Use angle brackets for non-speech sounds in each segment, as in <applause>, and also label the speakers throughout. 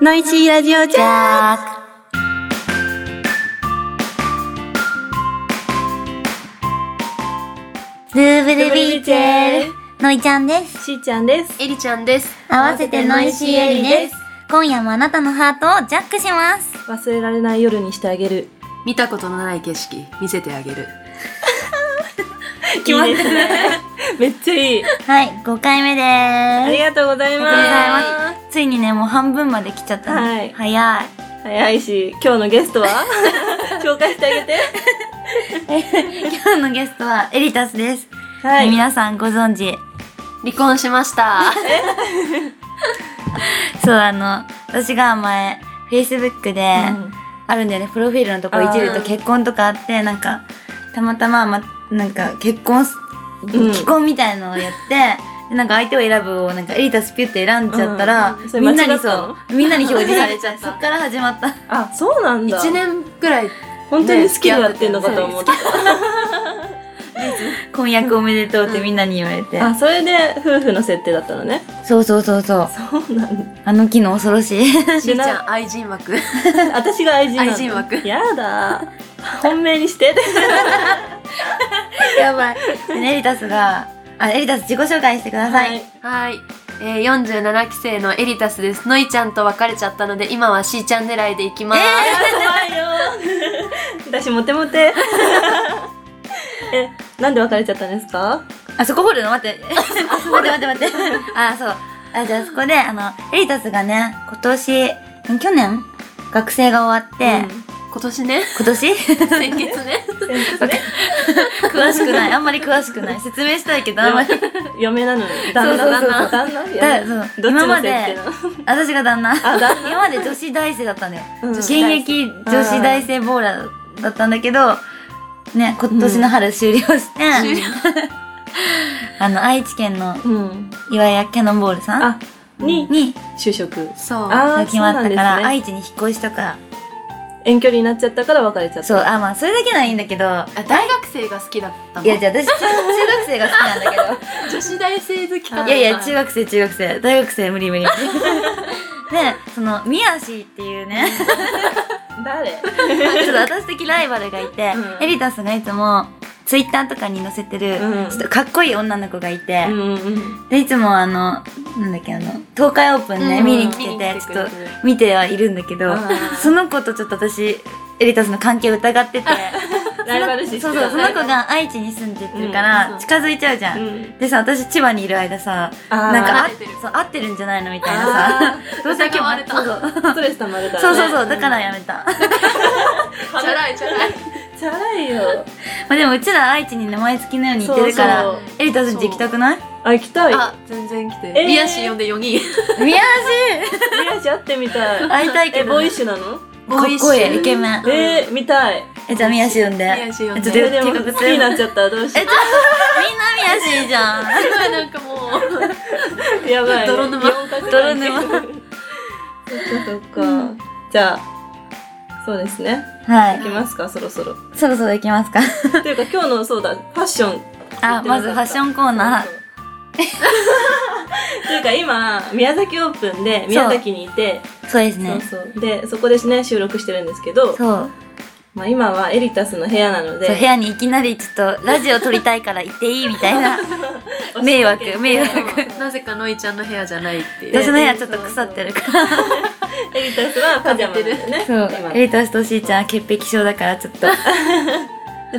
Speaker 1: ノイシーラジオジャーク。ルーブルビーチェル。のいちゃんです。
Speaker 2: しーちゃんです。
Speaker 3: エリちゃんです。
Speaker 1: 合わせてノイシーエリです。今夜もあなたのハートをジャックします。
Speaker 2: 忘れられない夜にしてあげる。
Speaker 3: 見たことのない景色見せてあげる。
Speaker 2: 決まったね。めっちゃいい。
Speaker 1: はい、5回目で
Speaker 2: あり
Speaker 1: ー
Speaker 2: がとうございます。
Speaker 1: ありがとうござす。ついにね、もう半分まで来ちゃったね。
Speaker 2: はい
Speaker 1: 早い。
Speaker 2: 早いし、今日のゲストは紹介してあげて。
Speaker 1: 今日のゲストはエリタスです。
Speaker 2: は
Speaker 1: 皆さんご存知、
Speaker 3: 離婚しました。
Speaker 1: そうあの私が前 Facebook で、あるんだよねプロフィールのとこいじる
Speaker 3: あ
Speaker 1: と
Speaker 3: ー
Speaker 1: 結婚とかあってなんかたまたま、ま、なんか結婚す
Speaker 2: ん
Speaker 1: 既婚みたいのをやって、でなんか相手を選ぶをなんかエリタスピュって選んじゃったら、
Speaker 2: うんそれ
Speaker 1: みんな
Speaker 2: 間違
Speaker 1: に
Speaker 2: ったの
Speaker 1: そうみんな
Speaker 2: <laughs>
Speaker 1: に表示されちゃ
Speaker 3: さ
Speaker 1: う
Speaker 3: れち
Speaker 1: そ
Speaker 3: ゃった
Speaker 1: っから始まった
Speaker 2: あ、そうなんだ。
Speaker 3: <laughs> 一年くらい
Speaker 2: 本当に好きでやってんのかと思って。
Speaker 1: 婚約おめでとうってみんなに言われて、
Speaker 2: あ、それで夫婦の設定だったのね。
Speaker 1: そうそうそうそう
Speaker 2: そうなんだ。
Speaker 1: あの木の恐ろしい <laughs>
Speaker 3: しーちゃん愛人枠。
Speaker 2: 私が愛人なの。
Speaker 3: 愛人枠
Speaker 2: やだ。本命にして。
Speaker 1: やばいでエリタスがあエリタス自己紹介してください、
Speaker 2: はい
Speaker 3: <laughs> はい。えー、47期生のエリタスです。のいちゃんと別れちゃったので今はしーちゃん狙いでいきます。
Speaker 2: 怖いよ。私モテモテ。え、なんで別れちゃったんですか？
Speaker 1: あ、そこ掘るの
Speaker 2: <laughs>
Speaker 1: 待って。待って待って待って。あ、そう。あ、じゃあそこで、あの、エリタスがね、今年、ん去年学生が終わって、
Speaker 3: 今年ね。 <laughs>
Speaker 1: 今年
Speaker 3: 先月ね。
Speaker 1: 詳しく <laughs> ない。あんまり詳しくない。説明したい
Speaker 2: <laughs>
Speaker 1: けど、あんまり。
Speaker 2: 嫁嫁なのに旦那
Speaker 1: そうそうそ
Speaker 2: 旦
Speaker 1: う
Speaker 2: 那旦那
Speaker 1: だ
Speaker 2: 嫁
Speaker 1: そう
Speaker 2: どっち
Speaker 1: 今
Speaker 2: の
Speaker 1: ま
Speaker 2: 設定
Speaker 1: で
Speaker 2: なの？
Speaker 1: 私が旦那
Speaker 2: あ旦
Speaker 1: <laughs> 今まで女子大生だったんだよ、
Speaker 2: うん
Speaker 1: 現役女子大生ボーラーだったんだけどね今年の春終了して、
Speaker 3: 終了
Speaker 1: <laughs> あの愛知県の
Speaker 2: うん。
Speaker 1: 岩屋キャノンボールさん
Speaker 2: あ、に
Speaker 1: に
Speaker 2: 就職。
Speaker 3: そう。
Speaker 2: あー
Speaker 1: 決まった
Speaker 2: そう
Speaker 1: か
Speaker 2: な
Speaker 1: ら、
Speaker 2: んですね
Speaker 1: 愛知に引っ越しとか
Speaker 2: 遠距離になっちゃったから別れちゃった。
Speaker 1: そうあまあそれだけならいいんだけど
Speaker 3: あ大学生が好きだったの。
Speaker 1: いやじゃあ私中中学生が好きなん
Speaker 3: <laughs>
Speaker 1: だ
Speaker 3: 女子大生好きか
Speaker 1: け
Speaker 3: な。
Speaker 1: どいやいや中学生中学生大学生無理無理 <laughs> でその宮足っていうね
Speaker 2: 誰？
Speaker 1: ちょっと私的ライバルがいて、
Speaker 2: うん
Speaker 1: エリタスがいつもツイッターとかに載せてる、
Speaker 2: うん
Speaker 1: ちょっとかっこいい女の子がいて、
Speaker 2: うんうん。
Speaker 1: でいつもあのなんだっけあの東海オープンね、
Speaker 3: うん
Speaker 1: 見に来て
Speaker 3: 見に
Speaker 1: て
Speaker 3: 来て
Speaker 1: ち
Speaker 3: く
Speaker 1: ょ
Speaker 3: れ
Speaker 1: ってと見てはいるんだけど
Speaker 2: うん
Speaker 1: その子とちょっと私エリタスの関係を疑ってて。
Speaker 2: <laughs> ライバル視して
Speaker 1: そ
Speaker 2: た
Speaker 1: う
Speaker 2: ね
Speaker 1: そうその子。が愛知に住んでるから、
Speaker 3: うん
Speaker 1: 近づいちゃうじゃん、
Speaker 2: うん
Speaker 1: でさ私千葉にいる間さ
Speaker 2: あー
Speaker 1: なんかあ
Speaker 3: 慣れてる
Speaker 1: そう合ってるんじゃないのみたいなさどうせ今日
Speaker 3: 疑
Speaker 2: <laughs>
Speaker 3: われた
Speaker 1: そうそう
Speaker 2: ストレス溜まるから
Speaker 1: そう
Speaker 2: ね。
Speaker 1: そうそうだからやめたま
Speaker 3: チャラいチャラい。
Speaker 2: チャラいよ。
Speaker 1: あでもうちら愛知にね毎月のように行ってるから
Speaker 2: そう
Speaker 1: エリタスんち行きたくない
Speaker 2: あ行きたい。
Speaker 3: あ、全然来て。
Speaker 2: えー
Speaker 3: リアシー呼んで4人。
Speaker 2: 宮
Speaker 1: 宮
Speaker 2: 地会ってみたい。
Speaker 1: <laughs> 会いたいけど
Speaker 2: えボー
Speaker 1: ね
Speaker 2: イッシュなの？
Speaker 1: 橋かっこいいイケメン
Speaker 2: えー、見たい。
Speaker 1: えじゃあ宮市呼んで
Speaker 3: 宮市呼んで
Speaker 1: ちょっ
Speaker 2: それ
Speaker 1: と
Speaker 2: でも
Speaker 1: 計
Speaker 2: 好
Speaker 1: 画
Speaker 2: き
Speaker 1: する
Speaker 2: になっちゃったらどうしよ
Speaker 1: えちょみんな宮市じゃん
Speaker 3: なんかもう。
Speaker 2: う。や <laughs> ばい、ね。
Speaker 3: 泥沼
Speaker 2: 四角
Speaker 1: 泥沼
Speaker 2: そっかそっか。じゃあ、そうですね。
Speaker 1: はい
Speaker 2: 行きますか、そろそろ。
Speaker 1: そろそろ行きますか
Speaker 2: というか今日のそうだ、ファッション。
Speaker 1: あまずファッションコーナ
Speaker 2: <laughs>
Speaker 1: ー
Speaker 2: そうそう。というか今、宮崎オープンで宮崎にいて、
Speaker 1: そうで
Speaker 2: そう
Speaker 1: すね
Speaker 2: そう。で、そこですね、収録してるんですけど、
Speaker 1: そう
Speaker 2: まあ今はエリタスの部屋なので、
Speaker 1: そう部屋にいきなりちょっとラジオ撮りたいから行っていいみたいな迷惑迷惑
Speaker 3: なぜかのいちゃんの部屋じゃないっていう。
Speaker 1: 私の部屋ちょっと腐ってるから
Speaker 2: エリタスはパジャマなんだよね。
Speaker 1: そう
Speaker 2: 今
Speaker 1: エリタスとしーちゃんは潔癖症だからちょっと
Speaker 2: で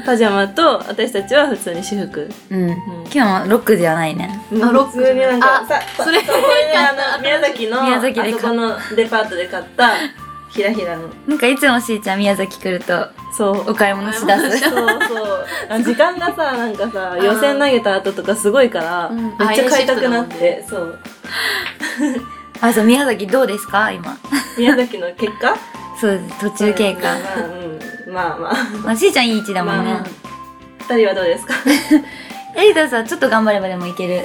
Speaker 2: パジャマと私たちは普通に私服。
Speaker 1: うん今日もロックではないね
Speaker 2: うん
Speaker 3: あロック
Speaker 2: 普通になんか
Speaker 3: あ
Speaker 2: さ
Speaker 3: それ
Speaker 2: さこねあの宮崎の
Speaker 1: 宮崎で買っ
Speaker 2: あそこのデパートで買ったひらひらの
Speaker 1: なんかいつもしーちゃん宮崎来ると
Speaker 2: そう
Speaker 1: お
Speaker 2: そう
Speaker 1: 買い物しだす
Speaker 2: そうあ時間がさなんかさ予選投げた後とかすごいから
Speaker 3: うん
Speaker 2: めっちゃ買いたくなってそう
Speaker 1: あそう宮崎どうですか今
Speaker 2: 宮崎の結果
Speaker 1: そうです途中経過、
Speaker 2: うんまあまあ
Speaker 1: まあ、しーちゃんいい位置だ
Speaker 2: まあ
Speaker 1: もんね、
Speaker 2: まあ二人はどうですか
Speaker 1: エリタスはちょっと頑張ればでもいける、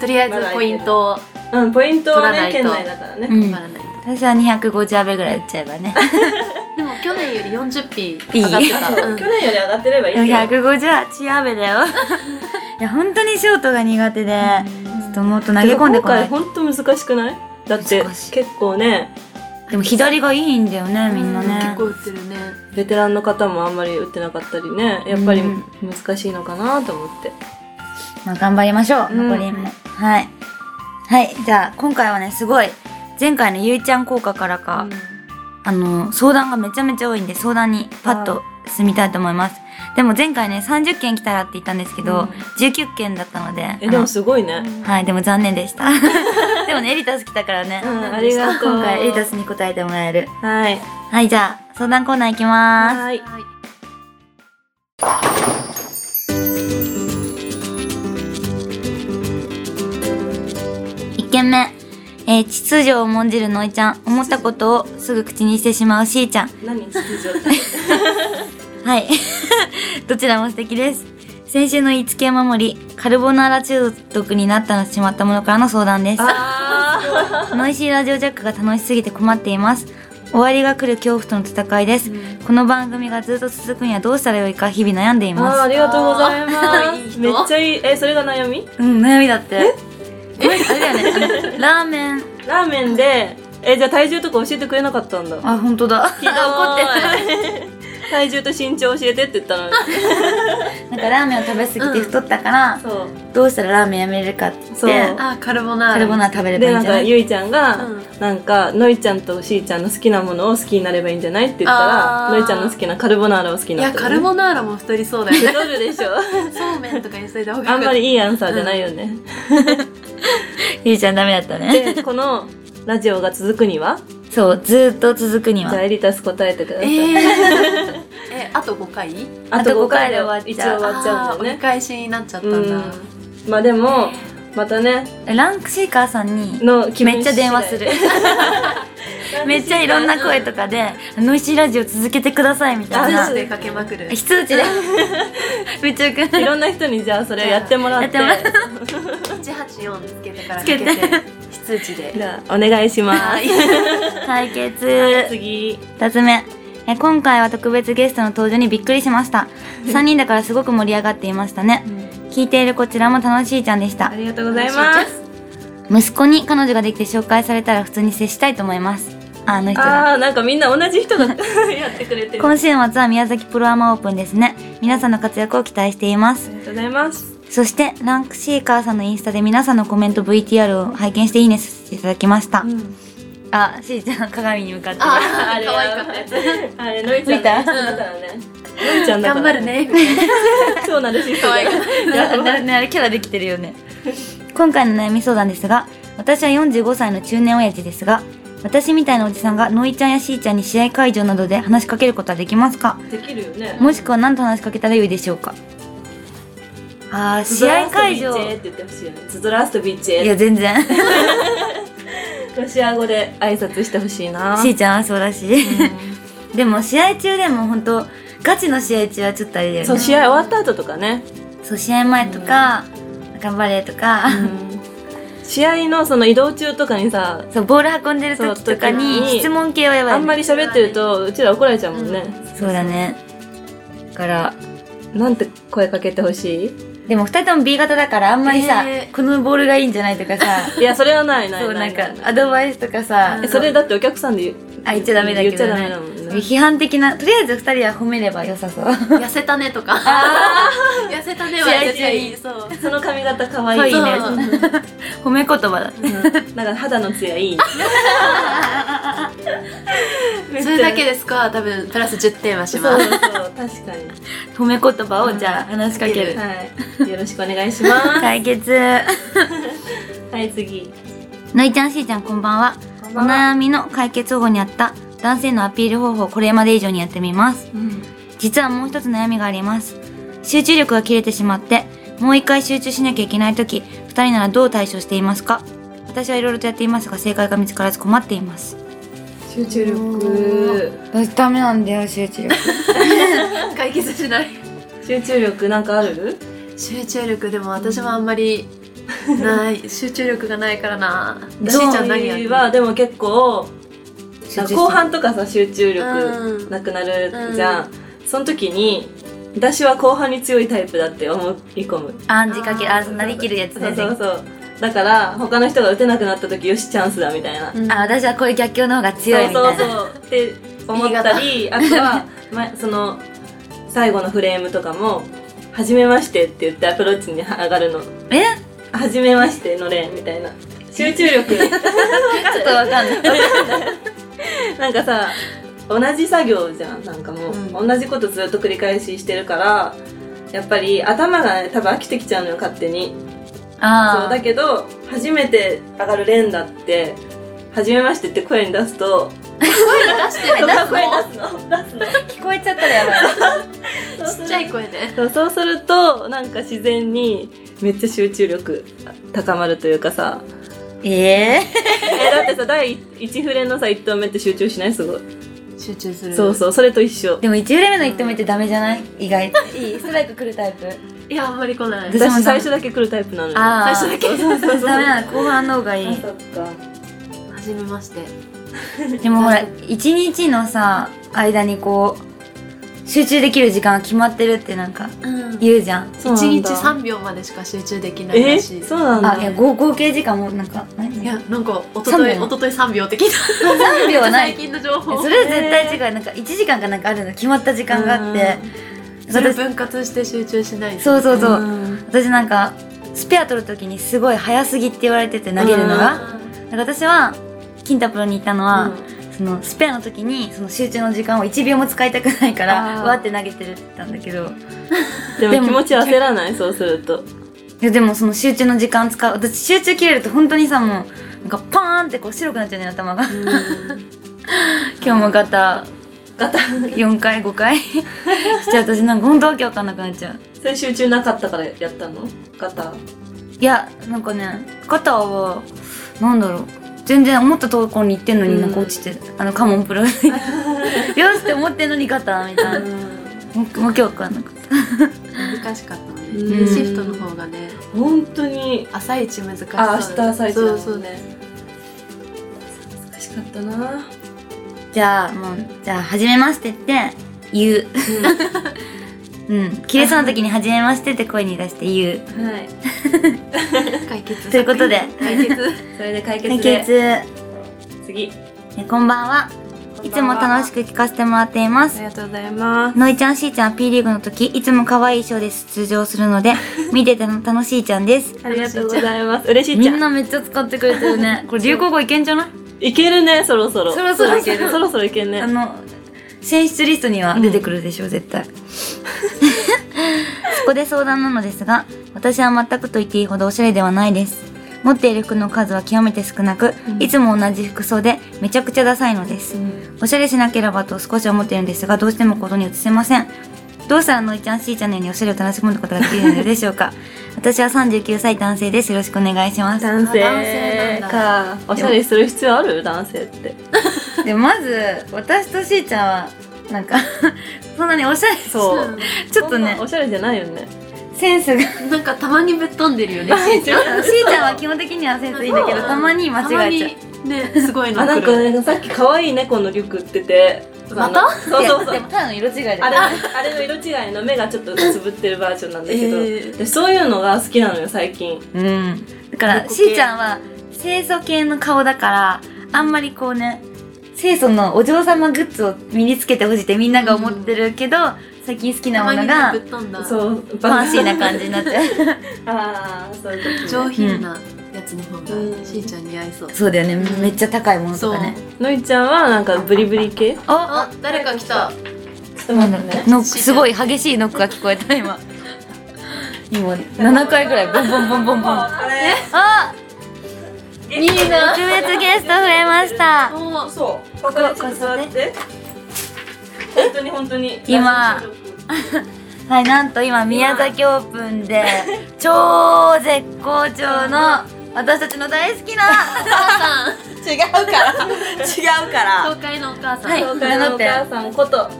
Speaker 3: とりあえずポイントを
Speaker 2: うんうんポイントは
Speaker 3: 取らな
Speaker 2: ね
Speaker 3: いと
Speaker 2: 県内だから
Speaker 1: う
Speaker 2: ね
Speaker 1: ん
Speaker 3: 分からない、
Speaker 1: 私は250アベぐらい打っちゃえばね
Speaker 3: でも去年より40ピ上がってた、
Speaker 2: <laughs> そう
Speaker 3: うん
Speaker 2: 去年より上がってればいいよ
Speaker 1: 150アベだよ <laughs> いや本当にショートが苦手でちょっともっと投げ込んでこな
Speaker 2: 今回
Speaker 1: い
Speaker 2: 本当難しくないだって
Speaker 1: 難しい
Speaker 2: 結構ね
Speaker 1: でも左がいいんだよねみんなね、
Speaker 3: 結構売ってるね
Speaker 2: ベテランの方もあんまり打ってなかったりねやっぱり
Speaker 1: うん
Speaker 2: 難しいのかなと思って、
Speaker 1: まあ、頑張りましょう、
Speaker 2: うん
Speaker 1: 残りもはいはいじゃあ今回はねすごい前回のゆいちゃん効果からか、あの相談がめちゃめちゃ多いんで相談にパッと進みたいと思いますでも前回ね30件来たらって言ったんですけど、
Speaker 2: うん
Speaker 1: 19件だったので
Speaker 2: えで
Speaker 1: あ
Speaker 2: も
Speaker 1: の
Speaker 2: すごいね、
Speaker 1: はいでも残念でした <laughs> でもねエリタス来たからね、
Speaker 2: うんありがとう
Speaker 1: 今回エリタスに答えてもらえる
Speaker 2: はい
Speaker 1: はいじゃあ相談コーナーいきます
Speaker 2: はい
Speaker 1: 1件目、えー秩序を重んじるのいちゃん思ったことをすぐ口にしてしまうしーちゃん
Speaker 2: 何秩序って
Speaker 1: はい <laughs> どちらも素敵です先週の言いつけを守りカルボナーラ中毒になったのしまったものからの相談で
Speaker 2: <laughs>
Speaker 1: す
Speaker 2: あ
Speaker 1: ノイシーラジオジャックが楽しすぎて困っています終わりが来る恐怖との戦いです、この番組がずっと続くにはどうしたらよいか日々悩んでい
Speaker 2: ーあーあ
Speaker 1: ま
Speaker 2: りがとうございま
Speaker 3: あーいい
Speaker 2: す
Speaker 3: 人
Speaker 2: めっちゃいいえそれが悩み
Speaker 1: すうん悩みだってえあれだよねあのラーメン
Speaker 2: ラーメンでえじゃあ体重とか教えてくれなかったんだ
Speaker 1: あ本当だ
Speaker 2: ひどい
Speaker 3: 怒って
Speaker 2: <laughs> 体重と身長教えてって言ったのに
Speaker 1: なんかラーメンを食べ過ぎて太ったから、
Speaker 2: そう
Speaker 1: どうしたらラーメンやめれるかって言っ
Speaker 2: そう
Speaker 1: て
Speaker 3: あーカルボナーラ
Speaker 1: カルボナーラ食べればい
Speaker 2: で
Speaker 1: い
Speaker 2: なんん
Speaker 1: じゃな
Speaker 2: か
Speaker 1: い
Speaker 2: ゆいちゃんが、
Speaker 3: うん
Speaker 2: なんかのいちゃんとしーちゃんの好きなものを好きになればいいんじゃないって言ったら
Speaker 3: あー
Speaker 2: のいちゃんの好きなカルボナーラを好きに
Speaker 3: い
Speaker 2: なっ
Speaker 3: や
Speaker 2: て
Speaker 3: カルボナーラも太りそうだよね
Speaker 2: どるでしょ
Speaker 3: そうめんとかにしといた方が
Speaker 2: あんまりいいアンサーじゃないよね、
Speaker 1: ゆいちゃんダメだったね
Speaker 2: でこのラジオが続くには
Speaker 1: そうずーっと続くに
Speaker 2: じ
Speaker 1: は
Speaker 2: ゃあエリタス答えてくださ
Speaker 3: え
Speaker 2: い、
Speaker 3: ーえあと5回
Speaker 2: あと5回で
Speaker 1: あと五回で
Speaker 2: 一
Speaker 1: 終
Speaker 2: 応
Speaker 1: わっちゃう
Speaker 2: 終わっちゃうんだ
Speaker 3: あー
Speaker 2: よ
Speaker 3: 折り
Speaker 2: ね
Speaker 3: 返しになっちゃったん
Speaker 2: う
Speaker 3: だ、
Speaker 2: んまあでもまたね
Speaker 1: ランクシーカーさんに
Speaker 2: の気分
Speaker 1: めっちゃ電話する
Speaker 2: <laughs>
Speaker 1: めっちゃいろんな声とかで「ノイシーラジオ続けてください」みたい
Speaker 3: ダン
Speaker 1: な
Speaker 3: スでかけまくる
Speaker 1: 非通 <laughs> 知でめっちゃよく
Speaker 2: いろんな人にじゃあそれやってもらって
Speaker 1: やって
Speaker 3: 184つけてからかけて
Speaker 1: つけて
Speaker 3: 非通知で
Speaker 2: じゃあお願いしま
Speaker 1: 対決
Speaker 2: す次
Speaker 1: 2つ目え今回は特別ゲストの登場にびっくりしました3人だからすごく盛り上がっていましたね聞いているこちらも楽しいちゃんでした
Speaker 2: ありがとうございます
Speaker 1: 息子に彼女ができて紹介されたら普通に接したいと思いますああの人だ
Speaker 2: あーなんかみんな同じ人が <laughs> やってくれてるあ
Speaker 1: 今週末は宮崎プロアマオープンですね皆さんの活躍を期待しています
Speaker 2: りがとうございます
Speaker 1: そしてランクシーカーさんのインスタで皆さんのコメント VTR を拝見していいねさせていただきました、あしーちゃん鏡に向かってる
Speaker 3: あー
Speaker 2: れ
Speaker 3: 可愛かったやつ
Speaker 2: あれのいちゃんだからねのいちゃんだか
Speaker 3: 頑
Speaker 2: ら
Speaker 3: 張るねみたいな
Speaker 2: そうなんですよ
Speaker 3: 可愛かった
Speaker 1: なななあれキャラできてるよね今回の悩み相談ですが私は45歳の中年親父ですが私みたいなおじさんがノイちゃんやしーちゃんに試合会場などで話しかけることはできますか
Speaker 2: できるよね
Speaker 1: もしくは何と話しかけたらよいでしょうかあー試合会場
Speaker 2: ズドラストビーチェーって言ってほしいよねズドラストビーチ
Speaker 1: い
Speaker 2: ェ
Speaker 1: や全然
Speaker 2: ーロシア語で挨拶してほしいな
Speaker 1: しーちゃんはそうらしい、 <laughs> でも試合中でも本当ガチの試合中はちょっとあれだよね
Speaker 2: そう試合終わった後とかね
Speaker 1: そう試合前とか、頑張れとか、
Speaker 2: 試合のその移動中とかにさ
Speaker 1: そうボール運んでる時とか
Speaker 2: そう時
Speaker 1: に
Speaker 2: に
Speaker 1: 質問系はやばい、ね、
Speaker 2: あんまり喋ってるとうちら怒られちゃうもんね
Speaker 1: そうだねだから
Speaker 2: なんて声かけてほしい
Speaker 1: でも2人とも B 型だからあんまりさ、
Speaker 3: えー
Speaker 1: このボールがいいんじゃないとかさ
Speaker 2: いやそれはないない
Speaker 1: そう
Speaker 2: な
Speaker 1: <laughs> ないんかアドバイスとかさ、
Speaker 3: うん
Speaker 2: えそれだってお客さんで言う
Speaker 1: あ言っちゃダメだけど、
Speaker 2: 言
Speaker 1: ね、
Speaker 2: っちゃダメだもんね
Speaker 1: 批判的なとりあえず2人は褒めれば良さそう
Speaker 3: <laughs> 痩せたねとか <laughs> 痩せたねは
Speaker 2: 試合中
Speaker 3: めっちゃいいそう
Speaker 2: その髪型可愛い
Speaker 1: 可
Speaker 2: ね
Speaker 1: 愛いね <laughs> 褒め言葉だって
Speaker 2: うんなんか肌のツヤいいめっち
Speaker 3: <laughs> そ
Speaker 2: ゃ
Speaker 3: れだけでスコアは多分プラス10点はし
Speaker 2: そ
Speaker 3: ま
Speaker 2: う
Speaker 3: す
Speaker 2: そう確かに
Speaker 1: 褒め言葉をじゃあ話しかける、
Speaker 3: うん
Speaker 2: はい。よろしくお願いしま
Speaker 1: <laughs> 解決
Speaker 2: す。はい、次。
Speaker 1: のいちゃんしーちゃんこんばんは
Speaker 2: こ
Speaker 1: お悩みの解決方法にあった男性のアピール方法これまで以上にやってみます実はもう一つ悩みがあります集中力が切れてしまってもう一回集中しなきゃいけない時二人ならどう対処していますか私はいろいろとやっていますが正解が見つからず困っています
Speaker 2: 集中力。
Speaker 1: ダメなんだよ集中力
Speaker 3: <laughs> 解決しない
Speaker 2: 集中力なんかある
Speaker 3: 集中力でも私もあんまりない集中力がないからなしーちゃん何や
Speaker 2: ゾ
Speaker 3: る
Speaker 2: ーンは、でも結構、なんか後半とかさ、集中
Speaker 3: う
Speaker 2: 力
Speaker 3: ん
Speaker 2: なくなるじゃん。その時に、私は後半に強いタイプだって思い込む。
Speaker 1: 暗示かけ
Speaker 3: あー
Speaker 1: あなりきるやつ
Speaker 2: そ
Speaker 1: ね
Speaker 2: うそうそう。だから他の人が打てなくなった時よしチャンスだみたいな、
Speaker 3: うん
Speaker 1: あ私はこういう逆境の方が強いみたい
Speaker 2: そう
Speaker 1: な
Speaker 2: そうそうって思ったりあとは、ま、その最後のフレームとかも「はじめまして」って言ってアプローチに上がるの
Speaker 1: え
Speaker 2: 「はじめましてのれん」みたいな集中力
Speaker 1: ちょっとわかんない
Speaker 2: なんかさ同じ作業じゃんなんかもう、
Speaker 3: う
Speaker 2: 同じことずっと繰り返ししてるからやっぱり頭がね多分飽きてきちゃうのよ勝手にそ
Speaker 1: あ
Speaker 2: うだ
Speaker 1: あ
Speaker 2: けど初めて上がる連打って初めましてって声に出すと
Speaker 3: 出してる
Speaker 2: そう <laughs> 声出すの出すの
Speaker 1: 聞こえちゃったらやばい
Speaker 2: そうす
Speaker 3: ち
Speaker 2: る
Speaker 3: っちゃい声で
Speaker 2: そうそうするとなんか自然にめっちゃ集中力高まるというかさ
Speaker 1: ええ
Speaker 2: えだってさ第1フレのさ1投目って集中しないすごい、
Speaker 3: 集中する
Speaker 2: そうそうそれと一緒
Speaker 1: でも1フレ目の1投目ってダメじゃない意外といいストライク来るタイプ
Speaker 3: いやあんまり来ない
Speaker 1: で私も
Speaker 2: 私最初だけ来るタイプなのよ
Speaker 1: ああ
Speaker 3: 最初だけ
Speaker 2: そうそうそう
Speaker 1: ダメなの後半の方がいい
Speaker 2: あっか
Speaker 3: 初めまして
Speaker 1: でもほら一日のさ間にこう集中できる時間が決まってるってなんか
Speaker 3: うん
Speaker 1: 言うじゃん
Speaker 2: そう
Speaker 3: 1
Speaker 2: なん
Speaker 3: 日
Speaker 2: だ
Speaker 3: 3秒までしか集中できない
Speaker 2: え
Speaker 3: らしい
Speaker 2: そうなん
Speaker 1: あ
Speaker 2: だ
Speaker 1: いや合合計時間もなんか何
Speaker 3: いやなんかおと
Speaker 1: 三
Speaker 3: とい
Speaker 1: 秒
Speaker 3: おととい3秒って聞いた
Speaker 1: 3秒は
Speaker 3: <laughs>
Speaker 1: な
Speaker 3: 最
Speaker 1: い
Speaker 3: 近の情報
Speaker 1: それは絶対違うなんか1時間かなんかあるの決まった時間があって
Speaker 3: それ
Speaker 1: 私
Speaker 3: 分割して集中しない
Speaker 1: そうそううんそう、
Speaker 2: うん
Speaker 1: 私なんかスペア取る時にすごい早すぎって言われてて投げるのが、だから私は金太プロに行ったのは、そのスペアの時にその集中の時間を1秒も使いたくないから
Speaker 3: あー
Speaker 1: わーって投げてるって言ったんだけど
Speaker 2: で
Speaker 1: で
Speaker 2: も
Speaker 1: も
Speaker 2: 気持ち焦らないそうすると
Speaker 1: いやでもその集中の時間使う私集中切れると本当にさもうなんかパーンってこう白くなっちゃうね頭が <laughs> 今日もガタ
Speaker 2: ガタ
Speaker 1: 4回5回 <laughs> しちゃう私なんか本当わけわかんなくなっちゃう
Speaker 2: それ集中なかったからやったのガタ
Speaker 1: いやなんかね肩はなんだろう全然思ったところに行ってんのになんか落ちてる、あのカモン <laughs> プロよしって思ってんのに肩みたいなもうわけわかんなくて
Speaker 3: 難しかったね
Speaker 2: うん
Speaker 3: シフトの方がね
Speaker 2: 本当に
Speaker 3: 朝一難しそう
Speaker 2: あ明日朝一だもん
Speaker 3: そうそうね
Speaker 2: 難しかったな
Speaker 1: じゃあもうじゃあ「はじめまして」って言う <laughs> うん切れそうな時に「はじめまして」って声に出して言う
Speaker 2: はい
Speaker 3: 解決
Speaker 1: ということで
Speaker 3: 解決
Speaker 2: それで解決
Speaker 1: 解
Speaker 2: で
Speaker 1: 決
Speaker 2: 次
Speaker 1: えこんばんは
Speaker 2: ばんはい
Speaker 1: つも楽しく聞かせてもらっていま
Speaker 2: あ
Speaker 1: す
Speaker 2: りがとうございます
Speaker 1: のいちゃんしーちゃん P リーグの時いつも可愛い衣装で出場するので見てての楽しいちゃん <laughs> です
Speaker 2: ありがとうございます嬉しい
Speaker 1: み
Speaker 2: ちゃ
Speaker 1: ん
Speaker 2: ん
Speaker 1: なめっちゃ使ってくれてるね <laughs> これ流行語いけんじゃない
Speaker 2: いけるねそろそろ
Speaker 1: そろそろいける
Speaker 2: そろそろいける
Speaker 1: あ
Speaker 2: ね
Speaker 1: の選出リストには出てくるでしょう、絶
Speaker 2: <laughs>
Speaker 1: 対そこで相談なのですが私は全くと言っていいほどおしゃれではないです持っている服の数は極めて少なく、いつも同じ服装でめちゃくちゃダサいのです、おしゃれしなければと少し思っているんですがどうしても行動に移せませんどうしたらのいちゃんしーちゃんのようにおしゃれを楽しむことができるのでしょうか私は39歳男性ですよろしくお願いします
Speaker 2: 男性
Speaker 3: 男性なん
Speaker 2: かおしゃれする必要ある男性って
Speaker 1: でまず私としーちゃんはなんか <laughs> そんなにおしゃれ
Speaker 2: そううん
Speaker 1: ちょっと
Speaker 2: そん
Speaker 1: ね
Speaker 2: なおしゃれじゃないよね
Speaker 1: センスがし
Speaker 3: なんかたまにぶっ飛んでるよねしーちゃん
Speaker 1: ーちゃんは基本的にはセンスいいんだけどたまに間違えちゃう
Speaker 3: たまにねすごいの
Speaker 2: あなん
Speaker 3: 来る
Speaker 2: かねさっき可愛い猫のリュック売ってて
Speaker 3: また
Speaker 2: あのそうそうそ
Speaker 1: いうやでもただの色違いだよ
Speaker 2: あれあれの色違いの目がちょっとつぶってるバージョンなんだけど、
Speaker 3: えー
Speaker 2: でそういうのが好きなのよ最近
Speaker 1: うんだから
Speaker 3: 横
Speaker 1: し
Speaker 3: 系
Speaker 1: ーちゃんは清楚系の顔だからあんまりこうね清楚のお嬢様グッズを身につけてほしいってみんなが思ってるけど、最近好きなも
Speaker 3: たま
Speaker 1: の
Speaker 3: に
Speaker 1: がフ
Speaker 3: ねぶっ飛んだ
Speaker 2: そう
Speaker 1: ァンシーな感じになっちゃう
Speaker 2: <laughs> ああそういうこと
Speaker 3: 上
Speaker 2: ね
Speaker 3: 品なやつの方が
Speaker 2: うん
Speaker 3: しーちゃん似合いそう
Speaker 1: <laughs> そうだよねめっちゃ高いものと
Speaker 3: そう
Speaker 1: かね
Speaker 2: のいちゃんはなんかブリブリ系
Speaker 1: あ
Speaker 3: あ誰か来た
Speaker 2: そう
Speaker 1: なんだろうね。ノックすごい激しいノックが聞こえた今。今7回ぐらいボンボンボンボンボン。あ
Speaker 2: あれ
Speaker 1: いいな特別ゲスト増えました。
Speaker 3: おー
Speaker 2: そうここでちょっと座って本当に本当に
Speaker 1: 今はい、なんと今宮崎オープンで超絶好調の私たちの大好きな
Speaker 4: 違うから
Speaker 1: <laughs>
Speaker 4: 違うから
Speaker 3: 東海のお母さん
Speaker 1: はい
Speaker 2: 紹介のお母さんこと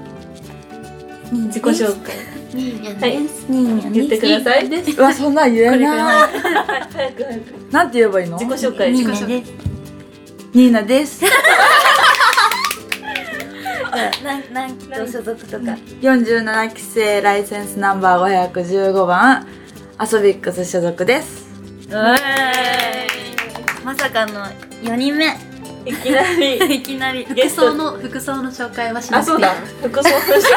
Speaker 2: 自己紹介
Speaker 3: にーにゃん
Speaker 2: はい
Speaker 3: です
Speaker 2: 言ってくだ
Speaker 1: <laughs>
Speaker 2: さい
Speaker 3: です
Speaker 4: うわそんなん言えない
Speaker 2: はい早く早く
Speaker 4: なんて言えばいいの
Speaker 2: 自己紹介
Speaker 1: ニ
Speaker 2: 自己紹
Speaker 1: ーナです。
Speaker 4: ニーナです
Speaker 1: <laughs> なんなんと所属とか。
Speaker 4: 47期生ライセンスナンバー515番アソビックス所属です
Speaker 1: うえまさかの4人
Speaker 4: <laughs>
Speaker 1: 目
Speaker 2: いきなり
Speaker 1: いきなり
Speaker 2: ゲ
Speaker 3: 服
Speaker 2: スト
Speaker 3: 装の服装の紹介はしな
Speaker 2: あ
Speaker 3: くてい
Speaker 2: そう
Speaker 3: い
Speaker 2: だ服装として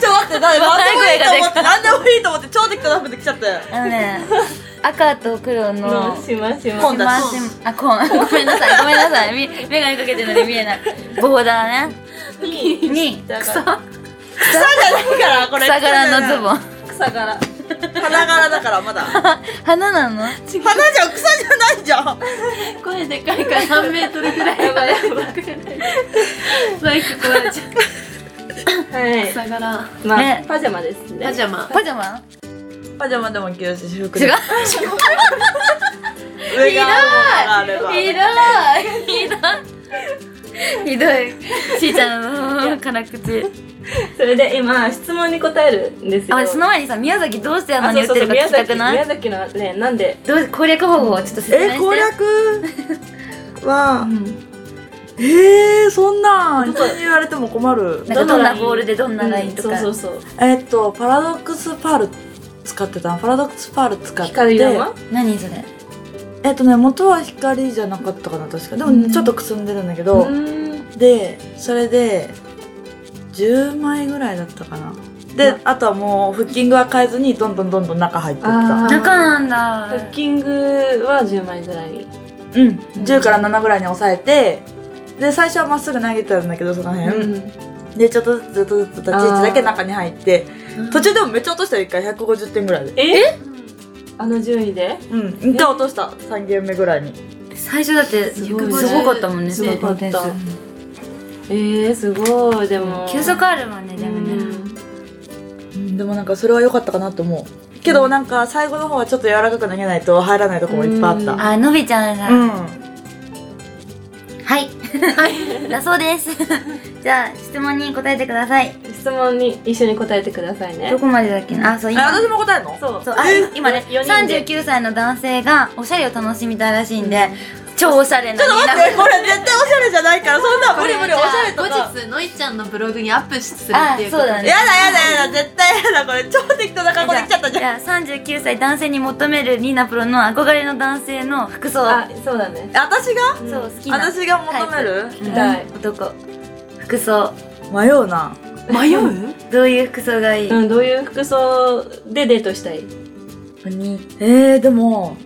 Speaker 4: ちょっと待って、なんでもいいと思って、なんでもいいと思って、超適当な服で来ちゃったよ。
Speaker 1: あのね赤と黒の
Speaker 2: のしましま
Speaker 4: 今
Speaker 1: し
Speaker 4: 度
Speaker 1: ま
Speaker 4: は
Speaker 1: しあこん <laughs> ごめんなさいごめんなさいみ眼鏡かけてるので見えないボーダーね
Speaker 2: に
Speaker 1: に
Speaker 2: 草
Speaker 4: 草がないから、これ。
Speaker 1: 草柄のズボン
Speaker 2: 草柄
Speaker 4: ン。花柄だから、ま <laughs> だ。花
Speaker 1: 花なの
Speaker 4: じゃん、草じゃないじゃん。
Speaker 3: 声でかいから3メートルぐらい
Speaker 2: やばいやばい
Speaker 3: マイク壊れちゃう
Speaker 2: はい
Speaker 3: 草柄
Speaker 2: まあ、
Speaker 1: ね
Speaker 2: パジャマですね
Speaker 3: パジャマ
Speaker 1: パジャマ
Speaker 4: パジャマでも着るし、私服
Speaker 1: 違
Speaker 4: で
Speaker 1: う
Speaker 4: も。上があるから。
Speaker 1: ひどいひどいしーちゃんの辛口
Speaker 2: それで今質問に答えるんですよ
Speaker 1: あその前にさ宮崎どうしてあんな
Speaker 2: あ
Speaker 1: に
Speaker 2: そ
Speaker 1: 言
Speaker 2: う
Speaker 1: って
Speaker 2: そうそ
Speaker 1: る
Speaker 2: う
Speaker 1: か
Speaker 2: 宮
Speaker 1: 聞きた
Speaker 2: 崎
Speaker 1: くな
Speaker 2: 宮
Speaker 1: い
Speaker 2: 崎のねなんで
Speaker 1: どう攻略方法をちょっと説明して
Speaker 4: え、攻略は、
Speaker 2: うん
Speaker 4: えー、そんなん人に言われても困
Speaker 1: な
Speaker 4: る
Speaker 1: んかどんな
Speaker 2: どのライン
Speaker 1: ボールでどんなラインとか、
Speaker 2: そうそうそう
Speaker 4: えっとパラドックスパール使ってたパラドックスパール使って
Speaker 2: 光山
Speaker 1: 何それ
Speaker 4: えっとね元は光じゃなかったかな確かでも、
Speaker 1: うん
Speaker 4: ちょっとくすんでるんだけ
Speaker 2: う
Speaker 4: ど、
Speaker 2: ーん
Speaker 4: でそれで10枚ぐらいだったかなで、あとはもうフッキングは変えずにどんどんどんどん中入ってった
Speaker 2: あ
Speaker 1: 中なん
Speaker 2: フ
Speaker 1: だ
Speaker 2: ッキングは10枚ぐらい
Speaker 4: うん10から7ぐらいに抑えてで最初はまっすぐ投げてたんだけどその辺、
Speaker 2: うん
Speaker 4: でちょっとずつずっとずつ立ち位置だけ中に入って途中でもめっちゃ落としたよ一回150点ぐらいで
Speaker 2: えあの順位で
Speaker 4: うん、一回落とした3ゲームぐらいに
Speaker 1: 最初だってす
Speaker 2: す
Speaker 1: ご
Speaker 2: ごい
Speaker 1: かったもんね
Speaker 2: すごかった
Speaker 1: 点数
Speaker 2: えー、すごいでも
Speaker 1: 球速あるもんね
Speaker 2: う
Speaker 1: でもね
Speaker 2: ん
Speaker 4: でもなんかそれは良かったかなと思うけどなんか最後の方はちょっと柔らかく投げないと入らないとこもいっぱいあった
Speaker 1: あのびちゃんさ、
Speaker 4: うん、
Speaker 1: はいだそうですじゃあ質問に答えてください
Speaker 2: 質問に一緒に答えてくださいね
Speaker 1: どこまでだっけなあそう
Speaker 4: え
Speaker 1: 今
Speaker 4: 私も答えんの
Speaker 2: そう
Speaker 1: そうあ今ね
Speaker 2: よ四人で
Speaker 1: 39歳の男性がおしゃれを楽しみたいらしいんで、超おしゃれな
Speaker 4: ちょっと待ってこれ絶対おしゃれじゃないからそんなん無理無理おしゃれとかや
Speaker 3: 後日のいちゃんのブログにアップする
Speaker 1: あ
Speaker 3: っていう
Speaker 1: そうだ
Speaker 4: だ
Speaker 1: ね
Speaker 4: やだやだ絶対やだこれ超適当な格好できちゃったじ
Speaker 1: ゃ
Speaker 4: ゃん
Speaker 1: あ39歳男性に求めるニーナプロの憧れの男性の服装
Speaker 2: あそうだね
Speaker 4: 私が
Speaker 1: そう好きな
Speaker 4: 私が求める
Speaker 2: 聞きたい
Speaker 1: うん男服装
Speaker 4: 迷うな
Speaker 3: 迷う
Speaker 1: どういう服装がいい、
Speaker 2: うんどういう服装でデートしたい
Speaker 1: に
Speaker 4: えー、でも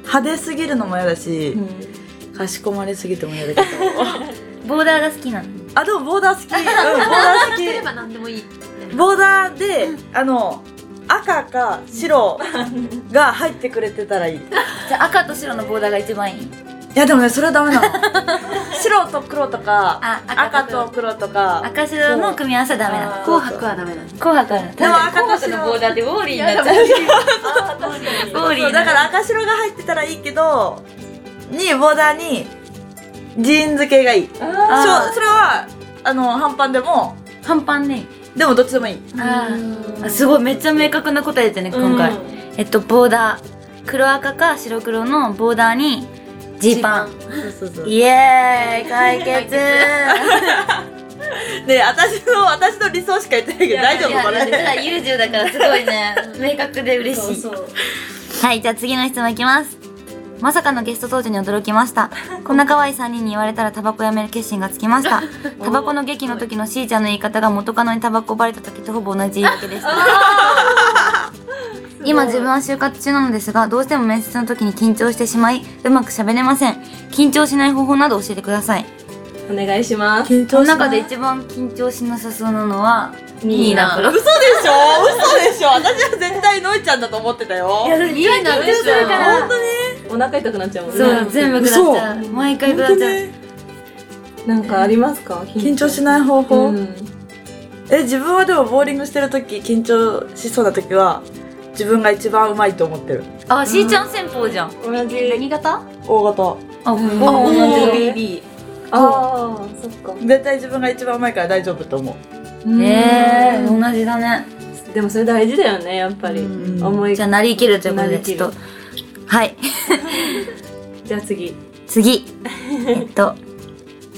Speaker 4: 派手すぎるのも嫌だし、
Speaker 2: うん
Speaker 4: かしこまりすぎても嫌だけど <laughs>
Speaker 1: ボーダーが好きなの
Speaker 4: あでもボーダー好き、うん、ボーダー好き
Speaker 3: 例えば何でもいい
Speaker 1: <laughs>
Speaker 4: ボーダーで、あの赤か白が入ってくれてた
Speaker 1: <laughs>
Speaker 4: らいいい
Speaker 1: じゃあ赤と白のボーダーが一番いい
Speaker 4: やでもねそれはダメなの
Speaker 1: <laughs>
Speaker 4: 白と黒とか
Speaker 1: あ
Speaker 4: 赤
Speaker 1: 黒
Speaker 4: と黒とか
Speaker 1: 赤白の組み合わせはダメなの
Speaker 4: あ
Speaker 3: 紅白はダメなの
Speaker 1: 紅白は
Speaker 4: でも
Speaker 1: ダ
Speaker 4: 赤と白
Speaker 2: のボーダーでウォーリーに
Speaker 3: や
Speaker 2: なっちゃ
Speaker 3: だ
Speaker 2: う。
Speaker 1: メボーリ
Speaker 4: そう
Speaker 1: ー
Speaker 4: だ
Speaker 1: だ
Speaker 4: か
Speaker 1: から
Speaker 4: 赤白が入ってたらいいけどにボーダーにジーンズ系がいいそう
Speaker 1: あー
Speaker 4: それはあの半パンでも
Speaker 1: 半パンね
Speaker 4: でもどっちでもいい
Speaker 1: あーあすごいめっちゃ明確な答えだったね今回、えっとボーダー黒赤か白黒のボーダーにジーパン
Speaker 4: そうそうそう
Speaker 1: イエーイ解決
Speaker 4: で私の私の理想しか言ってないけど大丈夫こ
Speaker 1: いや
Speaker 4: れ
Speaker 1: 優柔だからすごいね明確で嬉しい
Speaker 2: そうそう。
Speaker 1: はい、じゃあ次の質問いきます。まさかのゲスト登場に驚きました。こんな可愛い3人に言われたらタバコやめる決心がつきました。タバコの劇の時のしーちゃんの言い方が元カノにタバコバレた時とほぼ同じ言い訳でした。今自分は就活中なのですが、どうしても面接の時に緊張してしまい、うまく喋れません。緊張しない方法など教えてください。
Speaker 2: お願いします。
Speaker 4: 緊張し
Speaker 1: そ
Speaker 4: な
Speaker 1: の中
Speaker 4: い
Speaker 1: で一番緊張しなさそうなのは、
Speaker 2: ニーナ
Speaker 1: プロ。
Speaker 4: 嘘でしょ嘘でしょ私は絶対のいちゃんだと思ってたよ
Speaker 3: いいな
Speaker 1: 緊張するから
Speaker 4: 本当に
Speaker 2: お腹痛くなっちゃうもんね。
Speaker 1: そう、全部くだっちゃう。毎回くだっちゃう。
Speaker 2: なんかありますか？
Speaker 4: 緊張しない方法、
Speaker 2: うん
Speaker 4: え自分はでもボーリングしてる時緊張しそうな時は自分が一番うまいと思ってる
Speaker 1: あ、しーちゃん戦法じゃん。
Speaker 2: 同じ。
Speaker 1: 型
Speaker 4: 大型
Speaker 1: あ、
Speaker 2: ん
Speaker 1: お
Speaker 2: 同
Speaker 1: ー
Speaker 2: じ
Speaker 1: 同じ
Speaker 4: OBB
Speaker 2: ああ、そっか。
Speaker 4: 絶対自分が一番うまいから大丈夫と思
Speaker 1: ええ同じだね。
Speaker 2: ー。でもそれ大事だよね、やっぱり。
Speaker 4: うん
Speaker 2: 思い。
Speaker 1: じ
Speaker 2: じ
Speaker 1: ゃあ、
Speaker 2: ゃ
Speaker 1: なりきるということで、
Speaker 2: なり
Speaker 1: ち
Speaker 2: き
Speaker 1: ょっ
Speaker 2: る
Speaker 1: と。はい。
Speaker 2: あ次。 <laughs>
Speaker 1: 次。えっと、